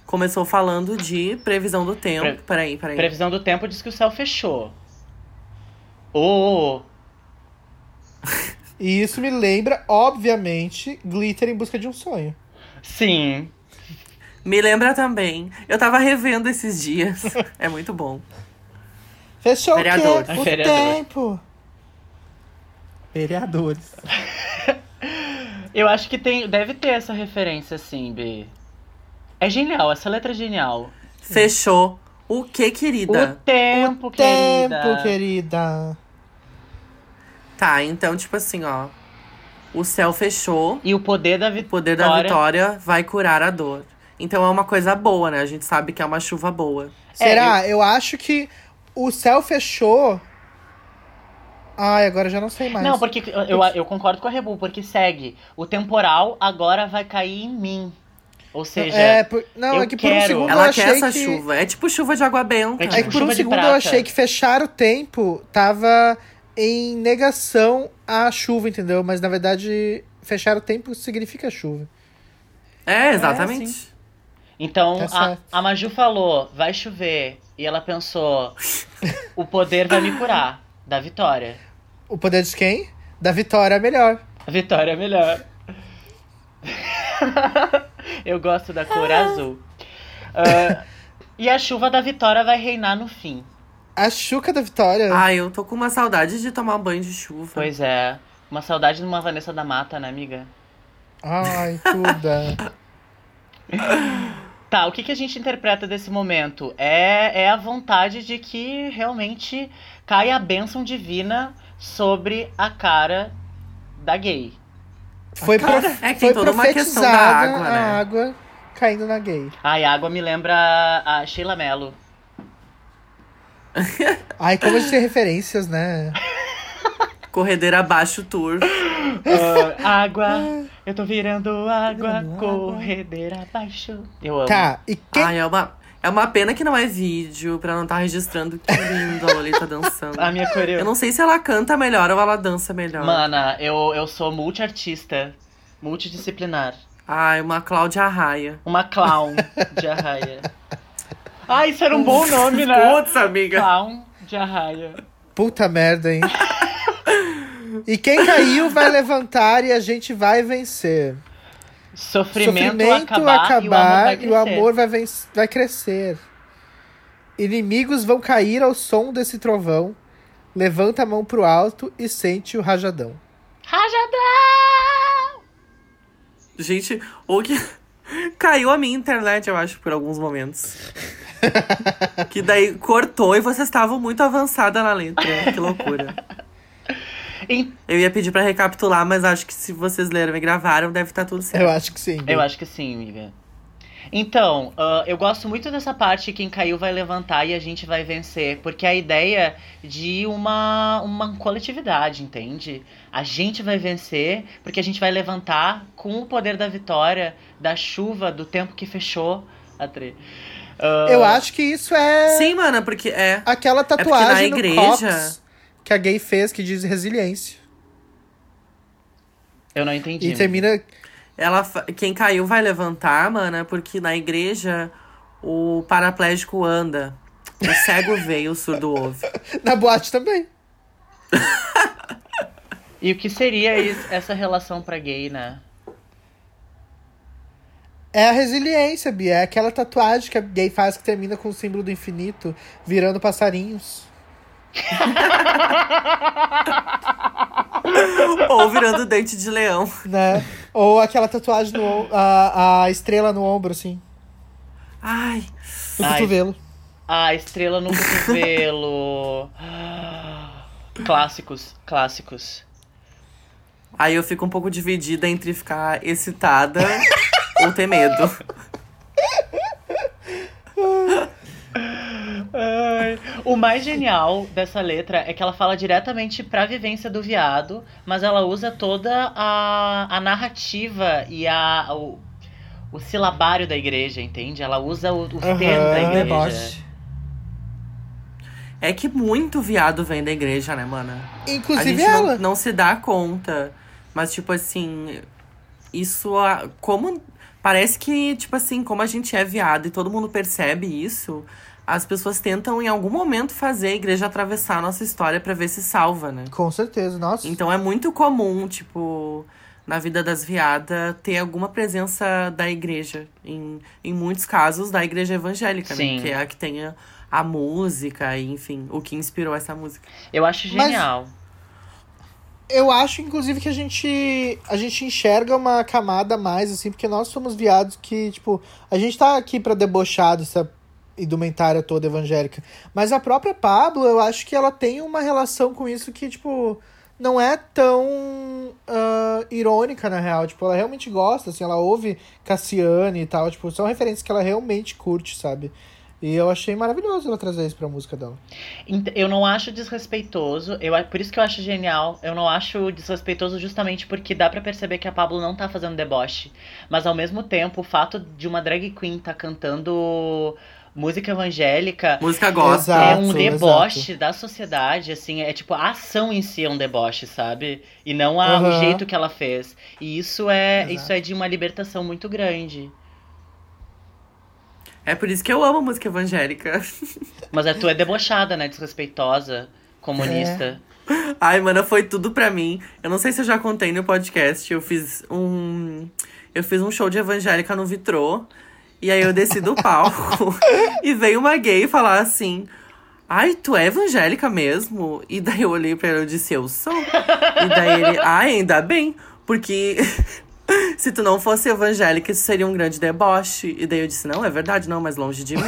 começou falando de previsão do tempo.
Pre-
Peraí, peraí.
Previsão do tempo diz que o céu fechou. Oh, oh,
e isso me lembra, obviamente, Glitter em Busca de um Sonho.
oh. sim.
Me lembra também. Eu tava revendo esses dias. é muito bom.
Fechou o
Vereador.
quê? O
Vereador.
tempo.
Vereadores.
Eu acho que tem, deve ter essa referência, assim, B. É genial, essa letra é genial.
Fechou. O que,
O
querida?
tempo, querida.
Tempo, querida.
Tá, então, tipo assim, ó. O céu fechou.
E o poder da
O
vitória.
poder da vitória vai curar a dor. Então é uma coisa boa, né? A gente sabe que é uma chuva boa.
Será? eu... acho que o céu fechou. Ai, agora eu já não sei mais.
Não, porque eu, eu, eu concordo com a Rebu, porque segue. O temporal agora vai cair em mim. Ou seja,
é, por- não,
eu
é que por um
quero.
segundo eu
Ela
achei
quer essa
que...
chuva. É tipo chuva de água benta.
É
É que
Tipo,
por um
chuva de
segundo eu
prata.
achei que fechar o tempo tava em negação à chuva, entendeu? Mas na verdade, fechar o tempo significa chuva.
É, exatamente.
É,
então
Tá
a,
certo.
a Maju falou, vai chover. E ela pensou, o poder vai me curar. Da vitória.
O poder de quem? Da vitória é melhor.
A vitória é melhor. Eu gosto da cor azul. Ah, e a chuva da vitória vai reinar no fim.
A chuca da vitória.
Ai, eu tô com uma saudade de tomar banho de chuva.
Pois é. Uma saudade de uma Vanessa da Mata, né, amiga?
Ai, tudo.
Tá, o que, que a gente interpreta desse momento? É, é a vontade de que realmente caia a bênção divina sobre a cara da gay.
Foi,
Cara,
pro,
é que tem
foi
toda uma questão da
profetizada
água, né?
a água caindo na gay.
Ai, a água me lembra a Sheila Mello.
Ai, como a gente tem referências, né?
Corredeira abaixo, tour.
Ah, água, eu tô virando água,
Virando água.
corredeira abaixo. Eu amo.
Tá, e quem.
Ai, é uma, é uma pena que não é vídeo, pra não estar registrando que lindo a Lolita dançando.
A minha coreo.
Eu não sei se ela canta melhor ou ela dança melhor.
Mana, eu, eu sou multiartista, multidisciplinar.
Ai, uma Cláudia Arraia.
Uma clown de arraia. Ai, isso era um bom nome, né?
Putz, amiga.
Clown de arraia.
Puta merda, hein? e quem caiu vai levantar e a gente vai vencer.
Sofrimento, acabar, e o amor vai crescer.
venc- vai crescer. Inimigos vão cair ao som desse trovão. Levanta a mão pro alto e sente o rajadão.
Rajadão!
Gente, ou que. Caiu a minha internet, eu acho, por alguns momentos. que daí cortou e vocês estavam muito avançada na letra. Que loucura.
Em-
Eu ia pedir pra recapitular, mas acho que se vocês leram e gravaram, deve estar tudo certo.
Eu acho que sim.
Eu acho que sim, amiga. Então, ah, eu gosto muito dessa parte quem caiu vai levantar e a gente vai vencer. Porque a ideia de uma, uma coletividade, entende? A gente vai vencer porque a gente vai levantar com o poder da vitória, da chuva, do tempo que fechou a tre... Ah,
Eu acho que isso é
Sim, mana, porque é.
aquela
porque na
tatuagem no
igreja-
cox que a gay fez que diz resiliência.
Eu não entendi.
E termina.
Ela, fa- quem caiu vai levantar, mana, porque na igreja o paraplégico anda. O cego veio, o surdo ouve.
Na boate também.
E o que seria is- essa relação pra gay, né?
É a resiliência, Bia. É aquela tatuagem que a gay faz que termina com o símbolo do infinito, virando passarinhos.
Ou virando dente de leão.
né? Ou aquela tatuagem no om- a, a estrela no ombro, assim,
Ai,
no
Ai.
cotovelo.
Ah, estrela no cotovelo. Ah, clássicos, clássicos.
Aí eu fico um pouco dividida entre ficar excitada ou ter medo.
Ai, O mais genial dessa letra é que ela fala diretamente pra vivência do viado, mas ela usa toda a, a narrativa e a, o, o silabário da igreja, entende? Ela usa o, o
Aham,
tema da igreja.
deboche.
É que muito viado vem da igreja, né, mana? a
Inclusive
gente não-
ela.
Não, se dá conta. Mas, tipo assim, isso. a- Como. Parece que, tipo assim, como a gente é viado e todo mundo percebe isso, as pessoas tentam em algum momento fazer a igreja atravessar a nossa história pra ver se salva, né?
Com certeza, nossa.
Então é muito comum, tipo, na vida das viadas, ter alguma presença da igreja. Em, em muitos casos, da igreja evangélica,
Sim.
né? Que é a que tem a, a música, e, enfim, o que inspirou essa música.
Eu acho
Mas-
genial.
Eu acho, inclusive, que a gente a gente enxerga uma camada a mais, assim, porque nós somos viados que, tipo, a gente tá aqui pra debochar dessa indumentária toda evangélica. Mas a própria Pablo, eu acho que ela tem uma relação com isso que, tipo, não é tão ah, irônica, na real. Tipo, ela realmente gosta, assim, ela ouve Cassiane e tal, tipo, são referências que ela realmente curte, sabe? E eu achei maravilhoso ela trazer isso pra música dela.
Ent- Eu não acho desrespeitoso, eu, a- por isso que eu acho genial. Eu não acho desrespeitoso justamente porque dá pra perceber que a Pablo não tá fazendo deboche. Mas ao mesmo tempo, o fato de uma drag queen tá cantando música evangélica
Música gosta.
Exato.
é um deboche
exato.
da sociedade, assim, é tipo a ação em si é um deboche, sabe? E não a- o
Aham.
jeito que ela fez. E isso é,
Exato.
isso é de uma libertação muito grande.
É por isso que eu amo música evangélica.
Mas a tua é debochada, né? Desrespeitosa, comunista.
Ai, mana, foi tudo pra mim. Eu não sei se eu já contei no podcast. Eu fiz um. Eu fiz um show de evangélica no Vitrô. E aí eu desci do palco. e veio uma gay falar assim. Ai, tu é evangélica mesmo? E daí eu olhei pra ele e disse, eu sou. E daí ele, ai, ainda bem, "Ah, porque Se tu não fosse evangélica, isso seria um grande deboche. E daí eu disse, não, é verdade, não, mas longe de mim.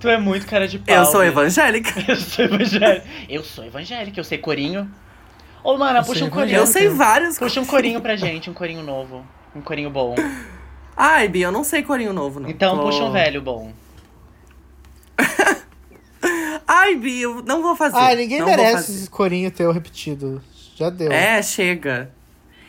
Tu é muito cara de pau.
eu sou
né?
evangélica.
Eu sou evangélica. Eu sou evangélica, eu sei corinho. Ô, mana,
Eu
puxa
sou
um corinho.
Eu sei vários.
Puxa um corinho pra gente, um corinho novo. Um corinho bom.
Ai, Bia, eu não sei corinho novo, não.
Então
Vou-
puxa um velho bom.
Ai, Bia, eu não vou fazer.
Ah, ninguém
não vou
merece
fazer.
esse corinho teu repetido. Já deu.
É, chega.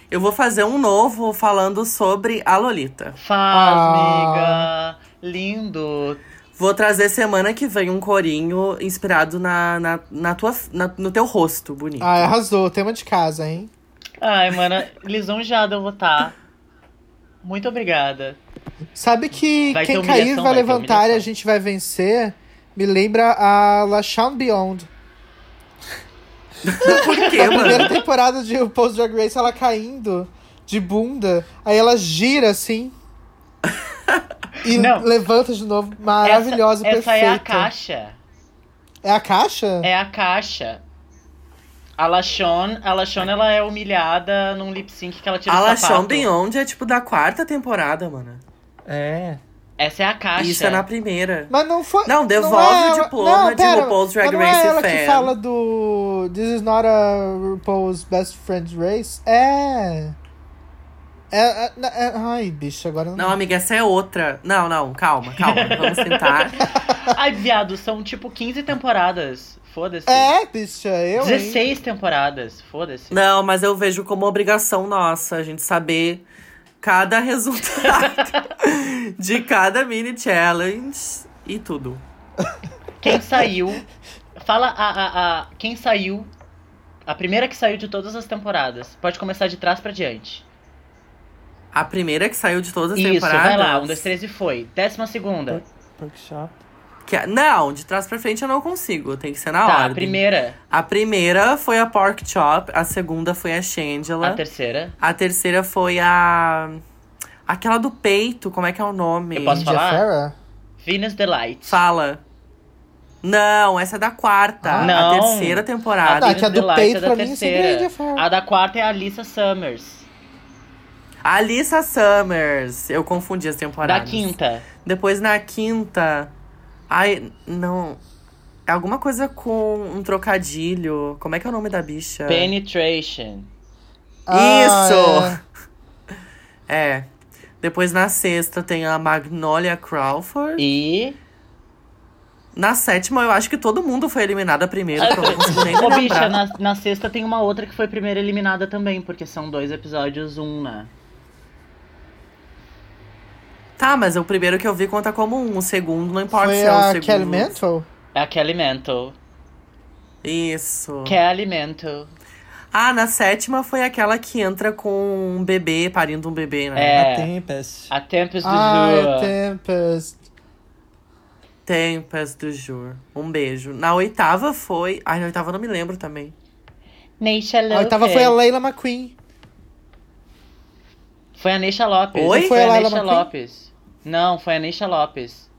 Eu vou fazer um novo falando sobre a Lolita.
Faz,
Ah.
miga. Lindo.
Vou trazer semana que vem um corinho inspirado na, na, na tua, na- no teu rosto bonito.
Ah, arrasou. Tema de casa, hein?
Ai, mana, lisonjeada eu vou estar. Muito obrigada.
Sabe que
Vai ter
quem
humilhação,
cair vai,
vai ter
levantar e a
humilhação.
gente vai vencer. Me lembra a La Shawn Beyond.
Por quê,
Na primeira
mano?
temporada de Post Drag Race, ela caindo de bunda. Aí ela gira assim. E
Não.
levanta de novo. Maravilhosa,
essa,
perfeita.
Essa é a caixa.
É a caixa?
É a caixa. A Lachon, a Lachon, ela é humilhada num lip sync que ela tira
A
o
La
sapato.
Beyond é tipo da quarta temporada, mano.
É.
Essa é a caixa.
Isso é na primeira.
Mas não foi.
Não, devolve
é
o
ela-
diploma de RuPaul's Drag
mas não
Race
é ela que
Fan.
fala do This is not a RuPaul's Best Friends Race. É. É, é, é- ai, bicho, agora não.
Não, amiga, essa é outra. Não, não, calma, calma. Vamos tentar.
Ai, viado, são tipo 15 temporadas. Foda-se.
É, bicha, eu. hein?
16 temporadas. Foda-se.
Não, mas eu vejo como obrigação nossa a gente saber cada resultado de cada mini challenge e tudo.
Quem saiu. Fala a, a, a. Quem saiu. A primeira que saiu de todas as temporadas. Pode começar de trás pra diante.
A primeira que saiu de todas as
Isso,
temporadas. Tá,
vai lá. Um, dois, três e foi. Décima segunda.
Workshop.
que- é, não, de trás pra frente eu não consigo. Tem que ser na
tá, a
ordem.
primeira.
A primeira foi a Pork Chop, a segunda foi a Shangela.
A terceira.
A terceira foi a. Aquela do peito, como é que é o nome?
Eu posso
India
falar?
Farah?
Venus Delight.
Fala. Não, essa é da quarta.
Ah,
A
não.
terceira
Ah,
temporada.
tá, que a do
Delight é
peito
da
pra mim sempre é
terceira.
India Farah.
A da quarta é a Alissa Summers.
Alissa Summers. Eu confundi as
Da
temporadas.
quinta.
Depois na quinta. Ai, não. É alguma coisa com um trocadilho. Como é que é o nome da bicha?
Penetration.
Ah,
Isso! É. Depois na sexta tem a Magnolia Crawford.
E.
Na sétima, eu acho que todo mundo foi eliminado primeiro, porque eu não consigo nem me
Ô, bicha, né?
lembrar.
na, na sexta tem uma outra que foi primeira eliminada também, porque são dois episódios, um, né?
Tá, mas o primeiro que eu vi conta como um, o segundo não importa se
Foi
é o
a
segundo.
Kelly Mantle?
É a Kelly Mantle.
Isso.
Kelly Mantle.
Ah, na sétima foi aquela que entra com um bebê, parindo um bebê, né?
A
É.
Tempest.
A Tempest do uh,
Ah,
Zoo.
Tempest.
Tempas do Jur. Um beijo. Na oitava foi. Ai, na oitava eu não me lembro também.
Neisha Lopez.
A oitava Ah, então foi a Leila McQueen.
Foi a Neisha Lopes.
Oi?
Foi
Foi a
a
Laila
Neisha
McQueen?
Lopes. Não, foi a Neisha Lopes.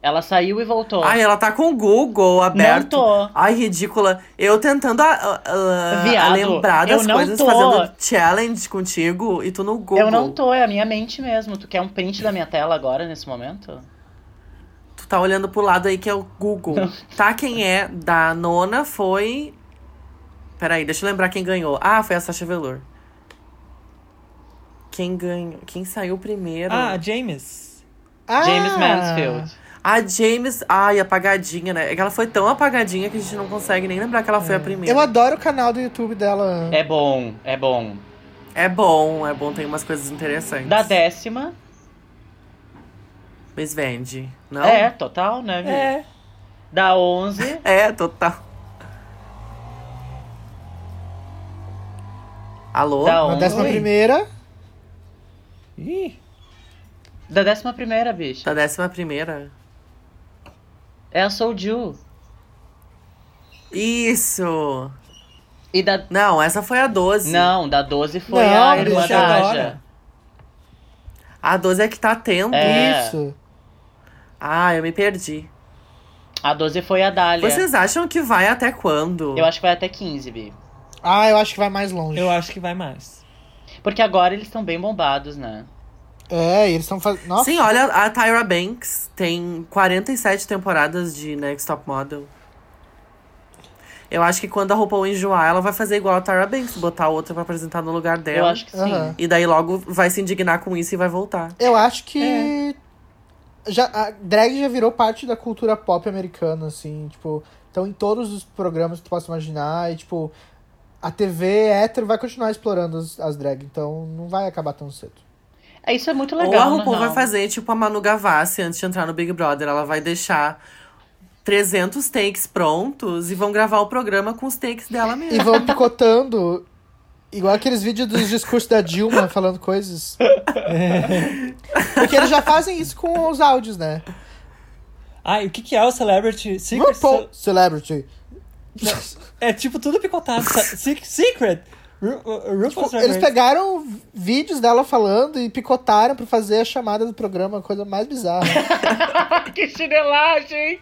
Ela saiu e voltou.
Ai, ela tá com o Google
não
aberto.
tô.
Ai, ridícula. Eu tentando a, a- a-
Viado,
lembrar
eu
das
não
coisas,
tô.
fazendo challenge contigo e tu no Google.
Eu não tô, é a minha mente mesmo. Tu quer um print da minha tela agora, nesse momento?
Tu tá olhando pro lado aí que é o Google. Tá quem é da nona foi. Peraí, deixa eu lembrar quem ganhou. Ah, foi a Sasha Velour. Quem ganhou? Quem saiu primeiro?
Ah, a James.
Ah!
James Mansfield.
A James. Ai, apagadinha, né? É que ela foi tão apagadinha que a gente não consegue nem lembrar que ela foi a primeira.
Eu adoro o canal do YouTube dela.
É bom, é bom.
É bom, é bom, tem umas coisas interessantes.
Da décima.
Mas vende. Não?
É, total, né? Vi?
É.
Da 11.
É, total. Alô?
Da
Na
11.
décima
Oi.
primeira.
Ih,
Da décima primeira, bicha.
Da Tá décima primeira?
É a Soulju.
Isso!
E da.
Não, essa foi a 12.
Não, da 12 foi
Não,
a irmã
bicha,
da
agora.
Aja.
A 12 é que tá tendo.
É.
Isso.
Ah, eu me perdi.
A 12 foi a Dália.
Vocês acham que vai até quando?
Eu acho que vai até 15, Bi.
Ah, eu acho que vai mais longe.
Eu acho que vai mais.
Porque agora eles estão bem bombados, né?
É, eles estão fazendo. Nossa,
Sim, olha, a Tyra Banks tem 47 temporadas de Next Top Model. Eu acho que quando a RuPaul enjoar, ela vai fazer igual a Tyra Banks, botar outra pra apresentar no lugar dela.
Eu acho que sim.
Aham.
E daí logo vai se indignar com isso e vai voltar.
eu acho que. Já, a drag já virou parte da cultura pop americana, assim, tipo. Então em todos os programas que tu possa imaginar, e tipo. A TV hétero vai continuar explorando as, as drag, então não vai acabar tão cedo.
É, Isso é muito
Ou a
legal.
RuPaul
na real.
vai fazer tipo a Manu Gavassi antes de entrar no Big Brother. Ela vai deixar 300 takes prontos e vão gravar o programa com os takes dela mesmo.
E vão picotando. Igual aqueles vídeos dos discursos da Dilma falando coisas. Porque eles já fazem isso com os áudios, né?
Ai, o que, que é o Celebrity Secret?
RuPaul Celebrity.
É tipo tudo picotado. Se- se- Secret! Ru- Ru- RuPaul's Drag
Tipo, Eles
Race.
pegaram vídeos dela falando e picotaram pra fazer a chamada do programa, a coisa mais bizarra.
que chinelagem!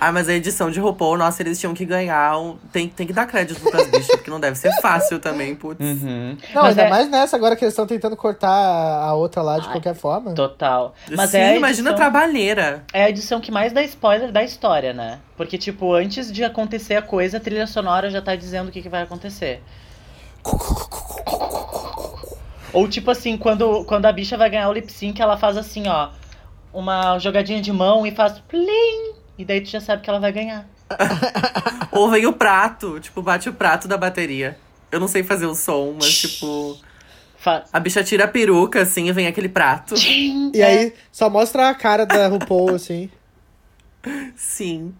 Ah, mas a edição de RuPaul, nossa, eles tinham que ganhar. Um... Tem, tem que dar crédito pras bichas, porque não deve ser fácil também, putz.
Não,
Mas
ainda
é-
mais nessa agora que eles estão tentando cortar a outra lá de qualquer forma.
Total. Mas
Sim,
é a
imagina a
edição-
trabalheira.
É a edição que mais dá spoiler da história, né? Porque, tipo, antes de acontecer a coisa, a trilha sonora já tá dizendo o que, que vai acontecer. Ou, tipo assim, quando, quando a bicha vai ganhar o lip sync, ela faz assim, ó, uma jogadinha de mão e faz plim! E daí tu já sabe que ela vai ganhar.
Ou vem o prato, tipo, bate o prato da bateria. Eu não sei fazer o som, mas tipo.
Fa
A bicha tira a peruca, assim, e vem aquele prato.
Tchim!
E
É.
aí, só mostra a cara da RuPaul, assim.
Sim.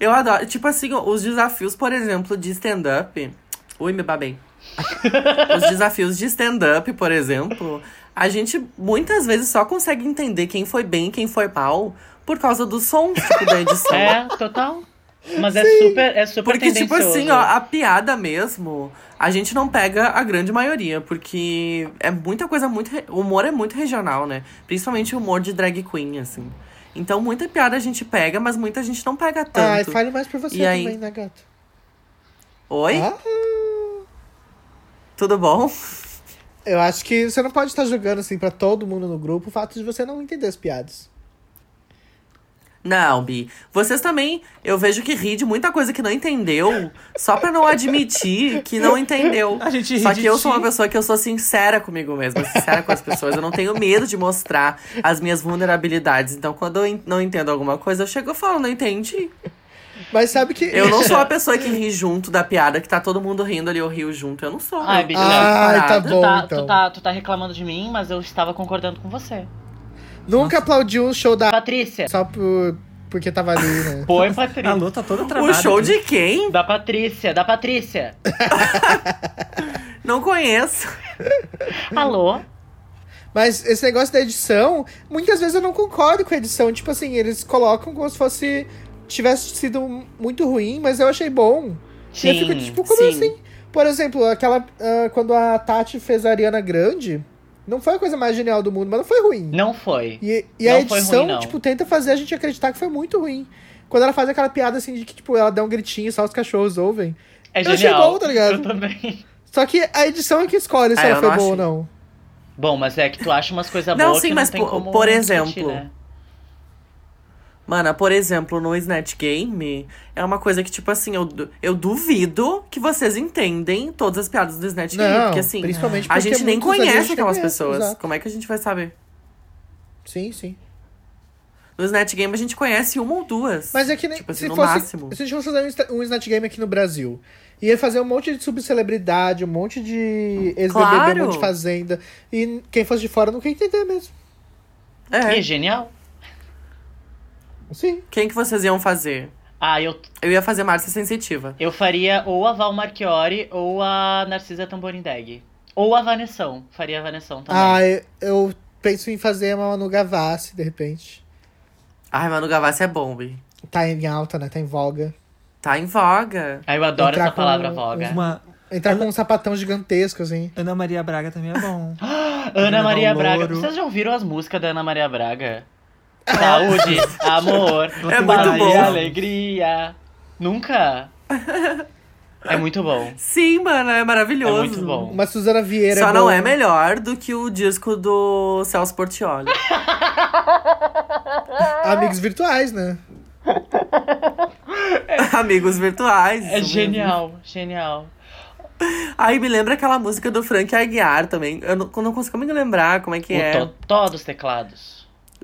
Eu adoro. Tipo assim, ó, os desafios, por exemplo, de stand-up. Ui, me babei. os desafios de stand-up, por exemplo, a gente muitas vezes só consegue entender quem foi bem e quem foi mal por causa do som tipo, da edição.
É, total. Mas é super, é super
Porque, tipo
tendencioso.
assim, ó, a piada mesmo, a gente não pega a grande maioria, porque é muita coisa muito. re- O humor é muito regional, né? Principalmente o humor de drag queen, assim. Então, muita piada a gente pega, mas muita gente não pega tanto.
Ai, Ah, fale mais pra você
E aí?
também, né, gato?
Oi?
Ah,
Tudo bom?
eu acho que você não pode estar jogando assim pra todo mundo no grupo o fato de você não entender as piadas.
Não, Bi. Vocês também, eu vejo que ri de muita coisa que não entendeu, só pra não admitir que não entendeu.
A gente ri
Só
de
que eu sou
ti.
uma pessoa que eu sou sincera comigo mesma, sincera com as pessoas. Eu não tenho medo de mostrar as minhas vulnerabilidades. Então, quando eu en- não entendo alguma coisa, eu chego e falo, não entendi.
Mas sabe que.
Eu não sou a pessoa que ri junto da piada, que tá todo mundo rindo ali, eu rio junto. Eu não sou.
Ai, Bi,
Ai, tá
Parada.
Tu
bom,
tá,
então.
tu, tá, tu tá reclamando de mim, mas eu estava concordando com você.
Nunca aplaudi um show da.
Patrícia!
Só por... porque tava ali, né?
Foi, Patrícia.
A Lu tá toda travada.
O show de quem?
Da Patrícia, da Patrícia.
Não conheço.
Alô?
Mas esse negócio da edição, muitas vezes eu não concordo com a edição. Tipo assim, eles colocam como se fosse. tivesse sido muito ruim, mas eu achei bom. E eu fico tipo, como
sim.
assim? Por exemplo, aquela. ah, quando a Tati fez a Ariana Grande, não foi a coisa mais genial do mundo, mas não foi ruim.
Não foi.
E, e a
Não foi
edição,
ruim, não.
tipo, tenta fazer a gente acreditar que foi muito ruim. Quando ela faz aquela piada assim de que, tipo, ela dá um gritinho e só os cachorros ouvem.
É
Eu achei
genial.
bom, tá ligado?
Eu também.
Só que a edição é que escolhe se
Ah,
ela
eu
foi
não
boa ou
achei.
não.
Bom, mas é que tu acha umas coisas
Não,
boas
sim,
que
mas
não tem
po-
como
por
discutir,
exemplo,
né?
Mana, por exemplo, no Snatch Game, é uma coisa que, tipo assim, eu, du- eu duvido que vocês entendem todas as piadas do Snatch Game.
Não,
porque assim,
né? principalmente
a
porque
gente nem
muitos a
conhece
gente
aquelas
conhece,
pessoas.
exato.
Como é que a gente vai saber?
Sim, sim.
No Snatch Game a gente conhece uma ou duas.
Mas é que nem.
Tipo assim,
se,
no
fosse,
máximo.
se a gente fosse fazer um sta- um Snatch Game aqui no Brasil, ia fazer um monte de subcelebridade, um monte de ex-BBB,
Claro.
um monte de fazenda. E quem fosse de fora nunca ia entender mesmo.
E é
É.
genial.
Sim.
Quem que vocês iam fazer?
Ah, eu,
Eu ia fazer Márcia Sensitiva.
eu faria ou a Val Marchiori ou a Narcisa Tamborindeg. Ou a Vanessão. Faria a Vanessão também.
Ah, eu, eu penso em fazer uma Manu Gavassi, de repente.
Ai, Manu Gavassi é bom, Bi.
Tá em alta, né? Tá em voga.
Tá em voga.
Ah, eu adoro
entrar
essa palavra
com
voga.
Ah,
Uma
Entrar com um sapatão gigantesco, assim.
Ana Maria Braga também é bom.
Ana Maria
Louro.
Braga. Vocês já ouviram as músicas da Ana Maria Braga? Saúde, amor,
É muito
paz e
bom.
alegria. Nunca? É muito bom.
Sim, mano, é maravilhoso.
É muito bom.
Uma Suzana Vieira.
Só
é
não
boa.
é melhor do que o disco do Celso Portioli.
Amigos virtuais, né?
Amigos virtuais. isso
É
mesmo.
genial, genial.
Aí me lembra aquela música do Frank Aguiar também. Eu não, não consigo me lembrar como é que é.
O totó dos teclados.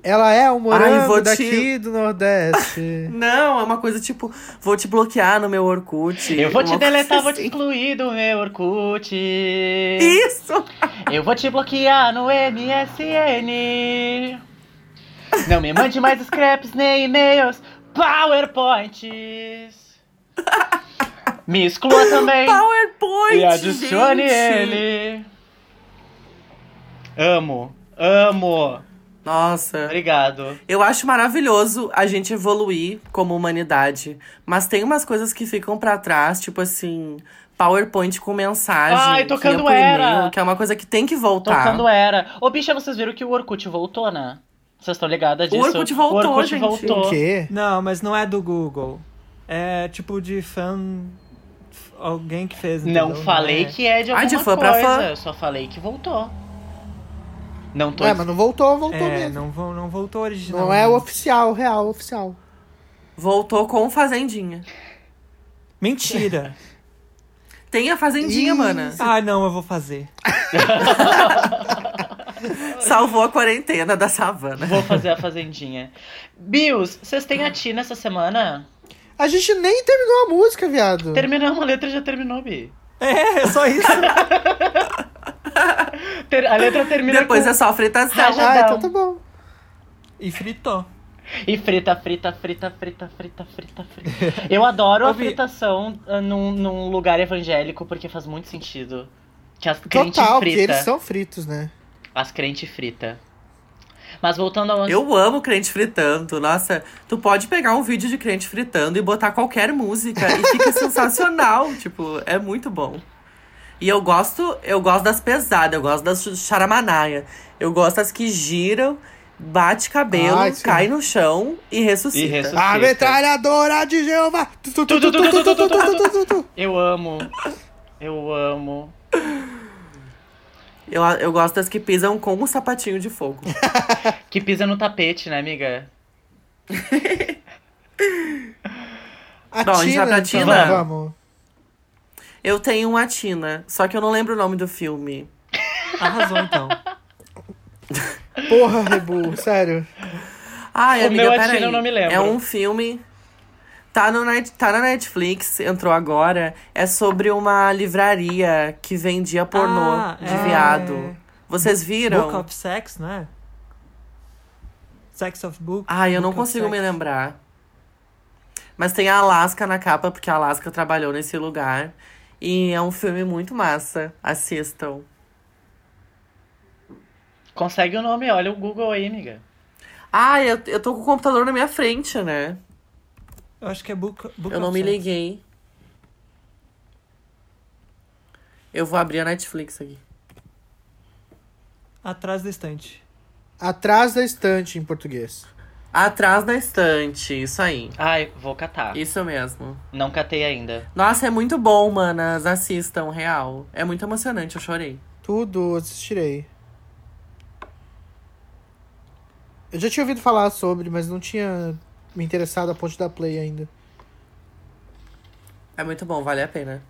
Ela é um
Ai,
morango
vou te-
daqui do Nordeste.
Não, é uma coisa tipo, vou te bloquear no meu Orkut.
Eu vou
uma
te
coisa
deletar, vou te
assim.
excluir do meu Orkut.
Isso!
Eu vou te bloquear no MSN. Não me mande mais scraps nem e-mails, powerpoints. Me exclua também
PowerPoint!
e adicione
gente.
ele. Amo, amo.
Nossa.
Obrigado.
Eu acho maravilhoso a gente evoluir como humanidade, mas tem umas coisas que ficam pra trás, tipo assim, PowerPoint com mensagem,
Ai, tocando
que, é por
era.
e-mail, que é uma coisa que tem que voltar.
Tocando era. Ô, bicha, vocês viram que o Orkut voltou, né? Vocês estão ligadas disso?
Orkut voltou,
O Orkut
gente.
voltou.
O quê?
Não, mas não é do Google. É tipo de fã. f- Alguém que fez.
Não
entendeu?
falei
é.
que é de
Ah,
alguma
de fã pra
coisa.
fã.
Eu só falei que voltou. Não tô
É, mas não voltou, voltou
É,
mesmo.
não, vo- não voltou
Não,
original.
é o oficial, o real, o oficial.
Voltou com Fazendinha.
Mentira.
Tem a Fazendinha,
Ih.
mana.
ah, não, eu vou fazer.
Salvou a quarentena da savana.
Vou fazer a fazendinha. Bios, vocês têm a Tina essa semana?
A gente nem terminou a música, viado.
Terminamos a letra, já terminou, Bi.
É, é só isso.
Ter- a letra termina
Depois
com...
é só fritação.
Raja-
Ah,
Não.
então tá bom.
E fritou.
E frita, frita, frita, frita, frita, frita, frita. Eu adoro a
Ouvi.
fritação ah, num, num lugar evangélico, porque faz muito sentido. Que as crentes
Total, porque
frita.
eles são fritos, né?
As crentes frita. Mas voltando ao...
Eu amo crente fritando. Nossa, tu pode pegar um vídeo de crente fritando e botar qualquer música e fica sensacional. Tipo, é muito bom. E eu gosto, eu gosto das pesadas, eu gosto das charamanaia. Eu gosto das que giram, bate cabelo,
Ai, sim.
cai no chão e ressuscita.
Ah, E ressuscita.
A metralhadora de Jeová! Tu, tu, tu, tu, tu, tu, tu, tu, tu, tu, tu, tu.
Eu amo. Eu amo.
Eu, eu gosto das que pisam com um sapatinho de fogo.
Que pisa no tapete, né, amiga?
A
Bom, a gente vai
Tina,
pra
então,
Tina.
vamos.
eu tenho uma Tina, só que eu não lembro o nome do filme.
Arrasou então.
Porra, Rebu, sério.
Ai,
O
Ah, amiga,
meu é
peraí.
Tina, eu não me lembro.
É um filme. Tá, no net, tá na Netflix, entrou agora. É sobre uma livraria que vendia pornô
Ah,
de
é.
viado. Vocês
Book
viram?
of Sex, não é? Sex of Book.
Ai, eu
Book
não
of
consigo
Sex.
me lembrar. Mas tem a Alaska na capa, porque a Alaska trabalhou nesse lugar. E é um filme muito massa. Assistam.
Consegue o nome, olha o Google aí, amiga.
Ai, Ah, eu, eu tô com o computador na minha frente, né?
Eu acho que é Book, Book
Eu
of
não me
Sex.
liguei. Eu vou abrir a Netflix aqui.
Atrás da estante.
Atrás da estante em português.
Atrás da estante, isso aí.
Ai, vou catar.
Isso mesmo.
Não catei ainda.
Nossa, é muito bom, manas. Assistam, real. É muito emocionante, eu chorei.
Tudo, assistirei. Eu já tinha ouvido falar sobre, mas não tinha me interessado a ponte da Play ainda.
É muito bom, vale a pena.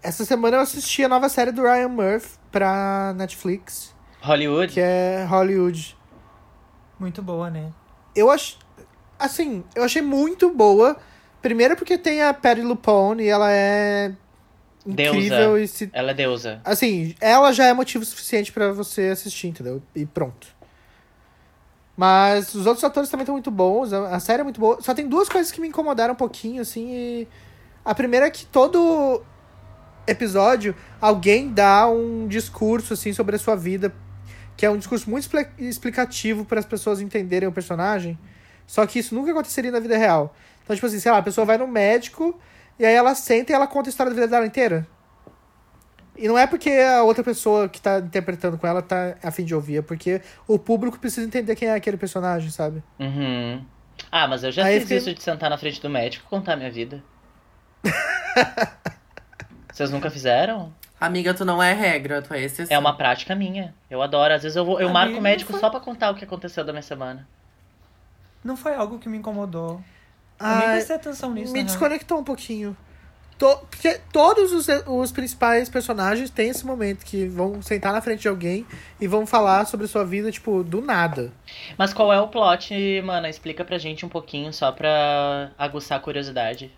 Essa semana eu assisti a nova série do Ryan Murphy pra Netflix,
Hollywood?
que é Hollywood.
Muito boa, né?
eu acho assim, eu achei muito boa. Primeiro porque tem a Patty LuPone e ela é
Deusa.
incrível e se
Ela é deusa.
assim, ela já é motivo suficiente pra você assistir, entendeu? E pronto. Mas os outros atores também estão muito bons, a a série é muito boa. Só tem duas coisas que me incomodaram um pouquinho, assim, e... A primeira é que todo episódio alguém dá um discurso, assim, sobre a sua vida, que é um discurso muito expli- explicativo para as pessoas entenderem o personagem. Só que isso nunca aconteceria na vida real. Então, tipo assim, sei lá, a pessoa vai no médico, e aí ela senta e ela conta a história da vida dela inteira. E não é porque a outra pessoa que tá interpretando com ela tá a fim de ouvir, é porque o público precisa entender quem é aquele personagem, sabe?
Uhum. Ah, mas eu já
Aí
fiz
fica-
isso de sentar na frente do médico e contar minha vida. Vocês nunca fizeram?
Amiga, tu não é regra, tu é exceção.
É uma prática minha. Eu adoro. Às vezes eu, vou, eu
Amigo,
marco o médico
foi-
só pra contar o que aconteceu da minha semana.
Não foi algo que me incomodou. eu nem
Ai,
prestei atenção nisso.
me
né? na real.
desconectou um pouquinho. To- porque todos os, os principais personagens têm esse momento que vão sentar na frente de alguém e vão falar sobre sua vida, tipo, do nada.
Mas qual é o plot, mana? Explica pra gente um pouquinho só pra aguçar a curiosidade.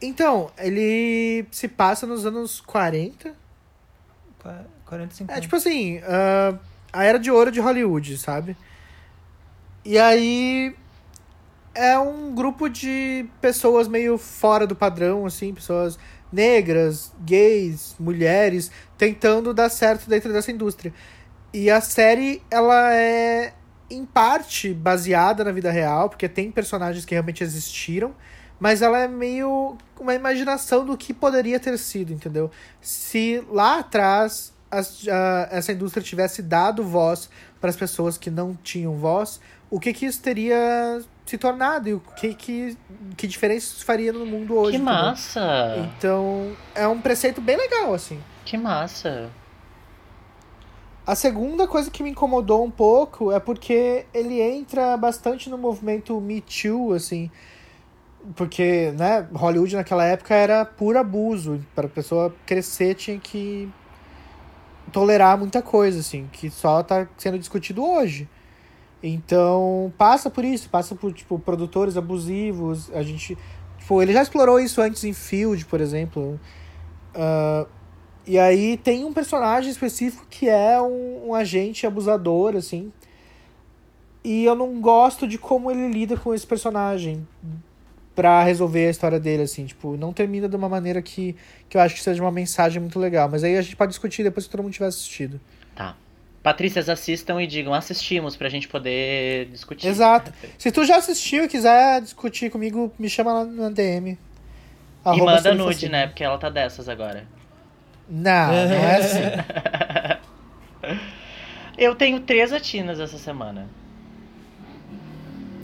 Então, ele se passa nos anos 40.
Qua- 45
É tipo assim, ah, a era de ouro de Hollywood, sabe? E aí é um grupo de pessoas meio fora do padrão, assim, pessoas negras, gays, mulheres, tentando dar certo dentro dessa indústria. E a série, ela é em parte baseada na vida real, porque tem personagens que realmente existiram, mas ela é meio uma imaginação do que poderia ter sido, entendeu? Se lá atrás as- a- essa indústria tivesse dado voz para as pessoas que não tinham voz, o que que isso teria se tornado e o que que, que diferença isso faria no mundo
que
hoje? entendeu?
massa!
Então, é um preceito bem legal, assim.
Que massa!
A segunda coisa que me incomodou um pouco é porque ele entra bastante no movimento Me Too, assim. Porque, né, Hollywood naquela época era puro abuso. Para a pessoa crescer tinha que tolerar muita coisa, assim, que só tá sendo discutido hoje. Então, passa por isso, passa por, tipo, produtores abusivos. A gente. Tipo, ele já explorou isso antes em Field, por exemplo. Ah, e aí tem um personagem específico que é um, um agente abusador, assim. E eu não gosto de como ele lida com esse personagem pra resolver a história dele, assim. Tipo, não termina de uma maneira que, que eu acho que seja uma mensagem muito legal. Mas aí a gente pode discutir depois que todo mundo tiver assistido.
Patrícias, assistam e digam, assistimos pra gente poder discutir.
Exato. Se tu já assistiu e quiser discutir comigo, me chama lá na DM.
E
Arroba
manda
Suri
nude,
Facine.
né? Porque ela tá dessas agora.
Não, não é assim.
Eu tenho três atinas essa semana.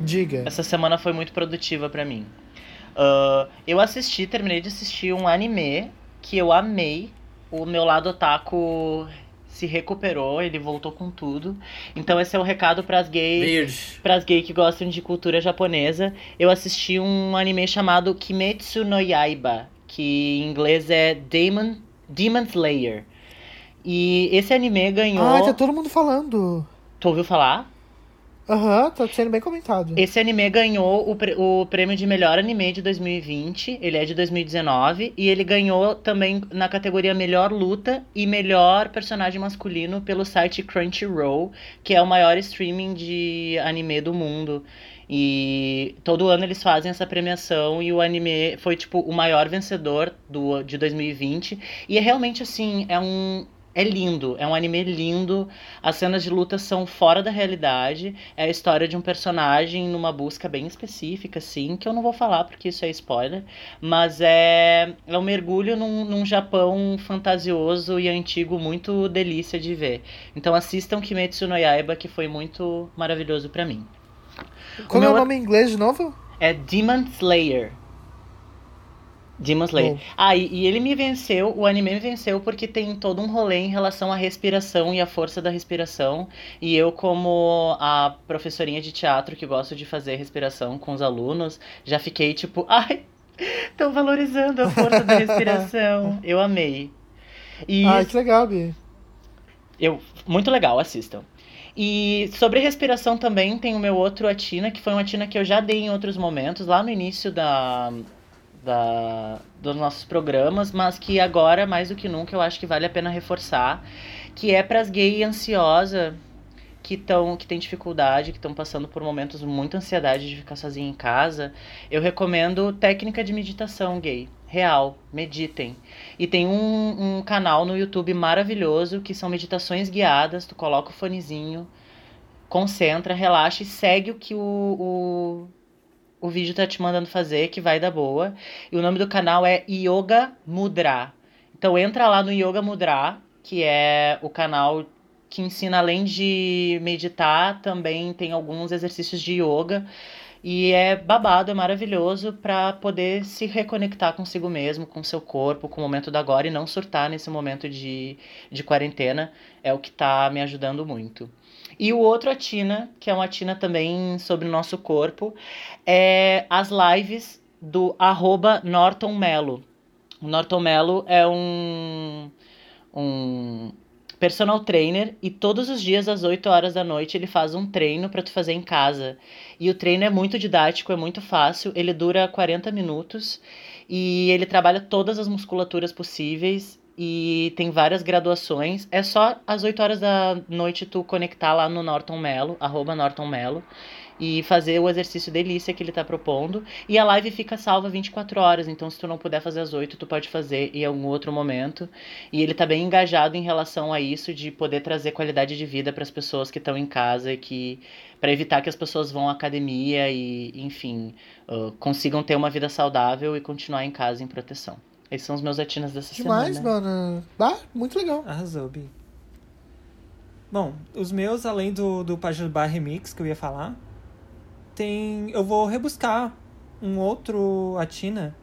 Diga.
Essa semana foi muito produtiva pra mim. Ah, eu assisti, terminei de assistir um anime que eu amei. O meu lado otaku se recuperou, ele voltou com tudo. Então esse é o recado pras gays
Virgem.
Pras gays que gostam de cultura japonesa, eu assisti um anime chamado Kimetsu no Yaiba, que em inglês é Demon, Demon Slayer. E esse anime ganhou.
Ah, tá todo mundo falando.
Tu ouviu falar?
Aham, tá sendo bem comentado.
Esse anime ganhou o, pre- o prêmio de melhor anime de 2020, ele é de 2019, e ele ganhou também na categoria melhor luta e melhor personagem masculino pelo site Crunchyroll, que é o maior streaming de anime do mundo. E todo ano eles fazem essa premiação e o anime foi tipo o maior vencedor do de 2020 e é realmente assim, é um é lindo, é um anime lindo. As cenas de luta são fora da realidade é a história de um personagem numa busca bem específica, assim, que eu não vou falar porque isso é spoiler, mas é, é um mergulho num, num Japão fantasioso e antigo muito delícia de ver. Então assistam Kimetsu no Yaiba, que foi muito maravilhoso pra mim.
Como é o
meu-
nome em inglês de novo?
É Demon Slayer. Demon Slayer.
Bom.
Ah, e, e ele me venceu, o anime me venceu porque tem todo um rolê em relação à respiração e à força da respiração. E eu, como a professorinha de teatro que gosto de fazer respiração com os alunos, já fiquei tipo, ai, estão valorizando a força da respiração. Eu amei. E
Ah, que legal, Bi.
eu, muito legal, assistam. E sobre respiração também tem o meu outro Atina, que foi um Atina que eu já dei em outros momentos, lá no início da, da, dos nossos programas, mas que agora, mais do que nunca, eu acho que vale a pena reforçar, que é para as gay ansiosa que estão que tem dificuldade, que estão passando por momentos de muita ansiedade de ficar sozinha em casa, eu recomendo técnica de meditação gay, real, meditem. E tem um, um canal no YouTube maravilhoso que são meditações guiadas. Tu coloca o fonezinho, concentra, relaxa e segue o que o, o, o vídeo tá te mandando fazer, que vai dar boa. E o nome do canal é Yoga Mudra. Então entra lá no Yoga Mudra, que é o canal que ensina além de meditar, também tem alguns exercícios de yoga. E é babado, é maravilhoso pra poder se reconectar consigo mesmo, com seu corpo, com o momento do agora e não surtar nesse momento de, de quarentena. É o que tá me ajudando muito. E o outro, a Tina, que é uma Tina também sobre o nosso corpo, é as lives do arroba Norton Mello. O Norton Mello é um, um personal trainer e todos os dias às 8 horas da noite ele faz um treino para tu fazer em casa. E o treino é muito didático, é muito fácil, ele dura 40 minutos e ele trabalha todas as musculaturas possíveis e tem várias graduações. É só às 8 horas da noite tu conectar lá no Norton Melo, arroba Norton Melo, e fazer o exercício delícia que ele tá propondo. E a live fica salva 24 horas, então se tu não puder fazer às 8, tu pode fazer em algum outro momento. E ele tá bem engajado em relação a isso de poder trazer qualidade de vida para as pessoas que estão em casa e que para evitar que as pessoas vão à academia e, enfim, uh, consigam ter uma vida saudável e continuar em casa em proteção. Esses são os meus atinas dessa
Demais,
semana.
mano. Ah, muito legal.
Arrasou, Bi. Bom, os meus, além do, do Página do Bar Remix que eu ia falar, tem. Eu vou rebuscar um outro Atina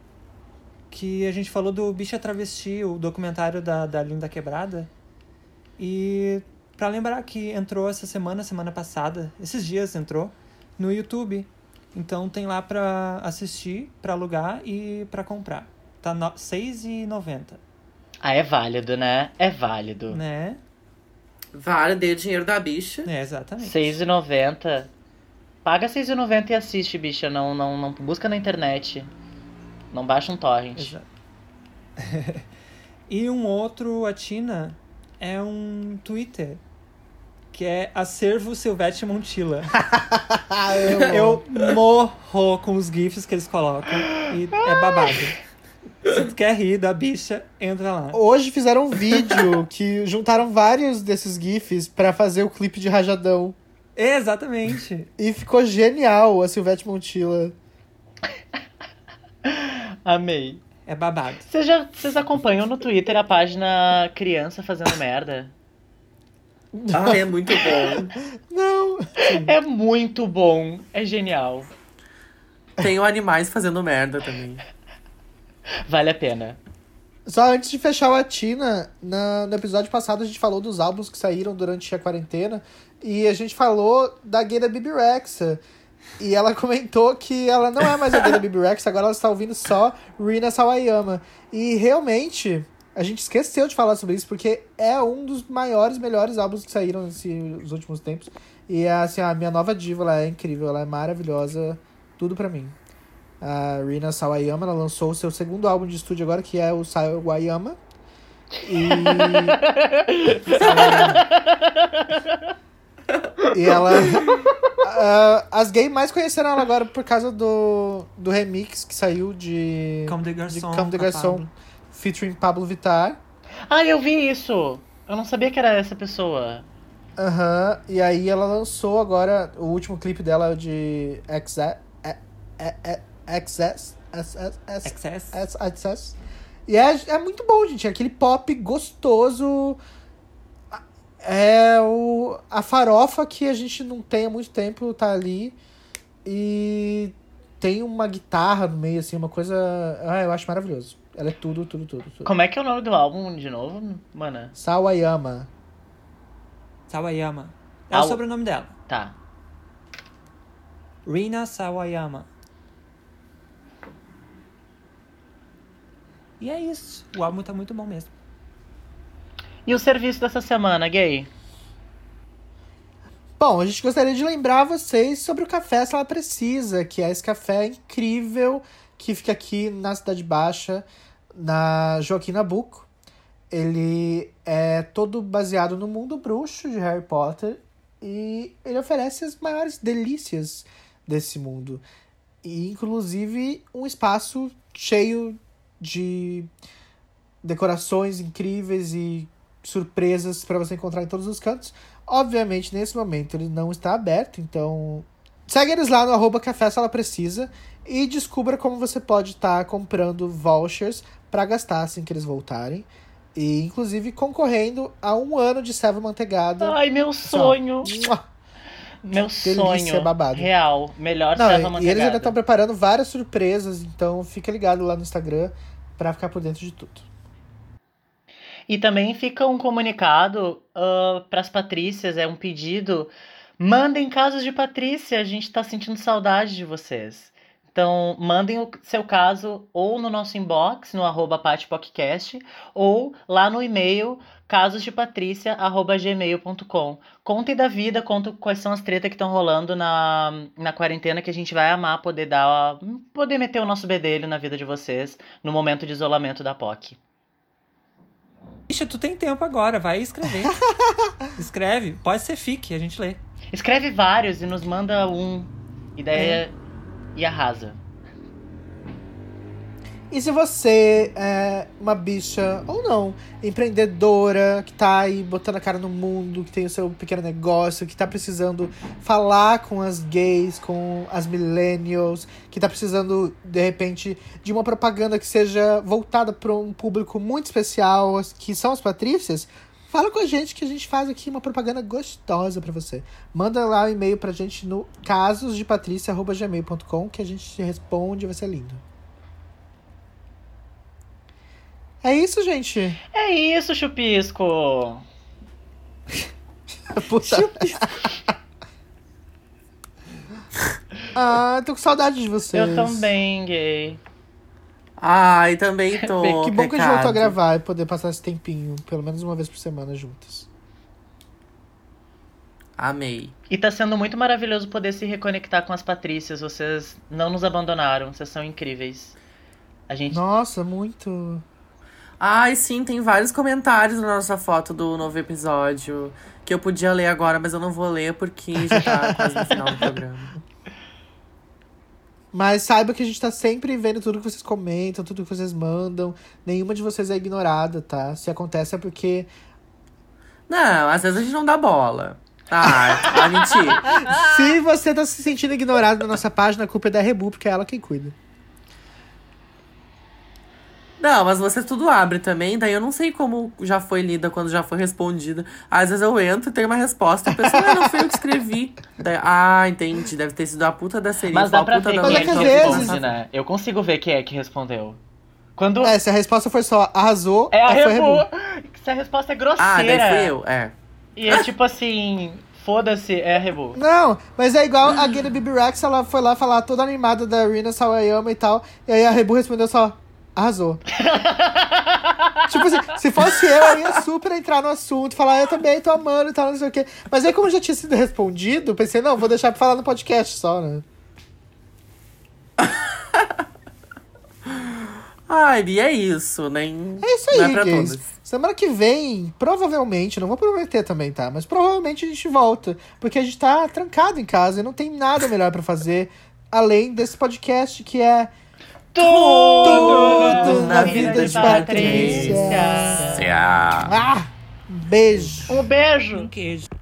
que a gente falou do Bicha Travesti, o documentário da, da Linda Quebrada. E pra lembrar que entrou essa semana, semana passada, esses dias entrou, no YouTube. Então tem lá pra assistir, pra alugar e pra comprar. Tá no- R$ 6,90,
Ah, é válido, né? É válido.
né?
Vale, dê o dinheiro da bicha.
É, exatamente.
6,90. Paga 6,90 e assiste, bicha. Não, não, não busca na internet. Não baixa um torrent.
Exato. e um outro, a Tina, é um Twitter. Que é Acervo Silvete Montila.
Ah, eu,
Eu morro com os GIFs que eles colocam. E é babado. Se tu quer rir da bicha, entra lá.
Hoje fizeram um vídeo que juntaram vários desses GIFs pra fazer o clipe de Rajadão.
Exatamente.
E ficou genial a Silvete Montilla.
Amei.
É babado.
Vocês já- vocês acompanham no Twitter a página Criança Fazendo Merda?
Ah, é muito bom.
Não!
É muito bom. É genial.
Tem o animais fazendo merda também.
Vale a pena.
Só antes de fechar o Atina, na, no episódio passado a gente falou dos álbuns que saíram durante a quarentena e a gente falou da gay da Bibi Rexa. E ela comentou que ela não é mais a gay da Bibi Rexa, agora ela está ouvindo só Rina Sawayama. E realmente, a gente esqueceu de falar sobre isso porque é um dos maiores, melhores álbuns que saíram nos últimos tempos. E assim, a minha nova diva, ela é incrível, ela é maravilhosa, tudo pra mim. A Rina Sawayama, ela lançou o seu segundo álbum de estúdio agora, que é o Sawayama. E... e ela... Ah, as gays mais conheceram ela agora por causa do, do remix que saiu de...
Como de
de
garçom.
Cão de
a
Garçom,
Pablo.
featuring Pablo Vittar.
Ah, eu vi isso. Eu não sabia que era essa pessoa.
Aham, e aí ela lançou agora o último clipe dela de Access. Access. Access.
Excess.
As- Access. E é, é muito bom, gente. É aquele pop gostoso. É o, a farofa que a gente não tem há muito tempo, tá ali. E tem uma guitarra no meio, assim, uma coisa. Ah, eu acho maravilhoso. Ela é tudo, tudo, tudo. tudo.
Como é que é o nome do álbum de novo, mana?
Sawayama.
Sawayama. É
Au.
o sobrenome dela.
Tá.
Rina Sawayama. E é isso. O álbum tá muito bom mesmo.
E o serviço dessa semana, gay?
Bom, a gente gostaria de lembrar vocês sobre o Café Se Ela Precisa, que é esse café incrível que fica aqui na Cidade Baixa, na Joaquim Nabuco. Ele é todo baseado no mundo bruxo de Harry Potter e ele oferece as maiores delícias desse mundo. E inclusive um espaço cheio de decorações incríveis e surpresas para você encontrar em todos os cantos. Obviamente, nesse momento ele não está aberto, então segue eles lá no arroba café se ela precisa e descubra como você pode estar comprando vouchers para gastar assim que eles voltarem. E inclusive concorrendo a um ano de serva manteigada.
Ai, meu sonho.
Mua!
Meu
Delícia,
sonho.
babado.
Real. Melhor
Não,
serva
e- e eles ainda
manteigada.
estão preparando várias surpresas, então fica ligado lá no Instagram pra ficar por dentro de tudo.
E também fica um comunicado para as Patrícias, é um pedido. Mandem casos de Patrícia, a gente tá sentindo saudade de vocês. Então, mandem o seu caso ou no nosso inbox, no arroba patipodcast, ou lá no e-mail casosdepatricia.gmail.com. Contem da vida, contem quais são as tretas que estão rolando na, na quarentena, que a gente vai amar poder dar. poder meter o nosso bedelho na vida de vocês no momento de isolamento da POC.
Ixi, tu tem tempo agora, vai escrever. Escreve, pode ser fique, a gente lê.
Escreve vários e nos manda um. E daí. E arrasa.
E se você é uma bicha ou não, empreendedora, que tá aí botando a cara no mundo, que tem o seu pequeno negócio, que tá precisando falar com as gays, com as millennials, que tá precisando, de repente, de uma propaganda que seja voltada para um público muito especial, as- que são as patrícias, fala com a gente que a gente faz aqui uma propaganda gostosa pra você. Manda lá o e-mail pra gente no casosdepatricia.gmail.com que a gente te responde, vai ser lindo. É isso, gente.
É isso, Chupisco!
Puta. ah, tô com saudade de vocês.
Eu também, gay.
Ai, também tô.
Bem,
Que tá bom que a gente
pecado.
voltou a gravar e poder passar esse tempinho, pelo menos uma vez por semana juntas.
Amei.
E tá sendo muito maravilhoso poder se reconectar com as Patrícias. Vocês não nos abandonaram, vocês são incríveis. A gente.
Nossa, muito.
Ai, sim, tem vários comentários na nossa foto do novo episódio que eu podia ler agora, mas eu não vou ler porque já tá quase no final do programa.
Mas saiba que a gente tá sempre vendo tudo que vocês comentam, tudo que vocês mandam. Nenhuma de vocês é ignorada, tá? Se acontece é porque.
Não, às vezes a gente não dá bola. Ah, a gente.
Ah!
Se você tá se sentindo ignorado na nossa página, a culpa é da Rebu, porque é ela quem cuida.
Não, mas você tudo abre também, daí eu não sei como já foi lida, quando já foi respondida. Às vezes eu entro e tenho uma resposta, a pessoa, ah, não fui eu que escrevi. Daí, ah, entendi, deve ter sido a puta da seringa,
Mas dá
a
pra
puta
ver
da tá
Mas
quem
é
é que
que às
responde,
vezes-
né? Eu consigo ver quem é que respondeu. Quando.
É, se a resposta for só arrasou,
Ah. É a
foi Rebu.
Rebu! Se a resposta é grosseira.
Ah, daí fui eu, é.
E é tipo assim. Foda-se, é a Rebu.
Não, mas é igual a Gayle Bibi Rex, ela foi lá falar toda animada da Rina Sawayama e tal, e aí a Rebu respondeu só, arrasou. tipo assim, se fosse eu, eu ia super entrar no assunto, falar, eu também tô amando e tal, não sei o quê. Mas aí como já tinha sido respondido, pensei, não, vou deixar pra falar no podcast só, né?
Ai, e é isso, nem.
É isso
Não
aí,
é pra
gays.
todos.
Semana que vem, provavelmente, não vou prometer também, tá? Mas provavelmente a gente volta. Porque a gente tá trancado em casa e não tem nada melhor pra fazer além desse podcast que é
Tudo,
Tudo
na vida de
Patrícia.
Yeah.
Ah, beijo.
Um beijo.
Um queijo.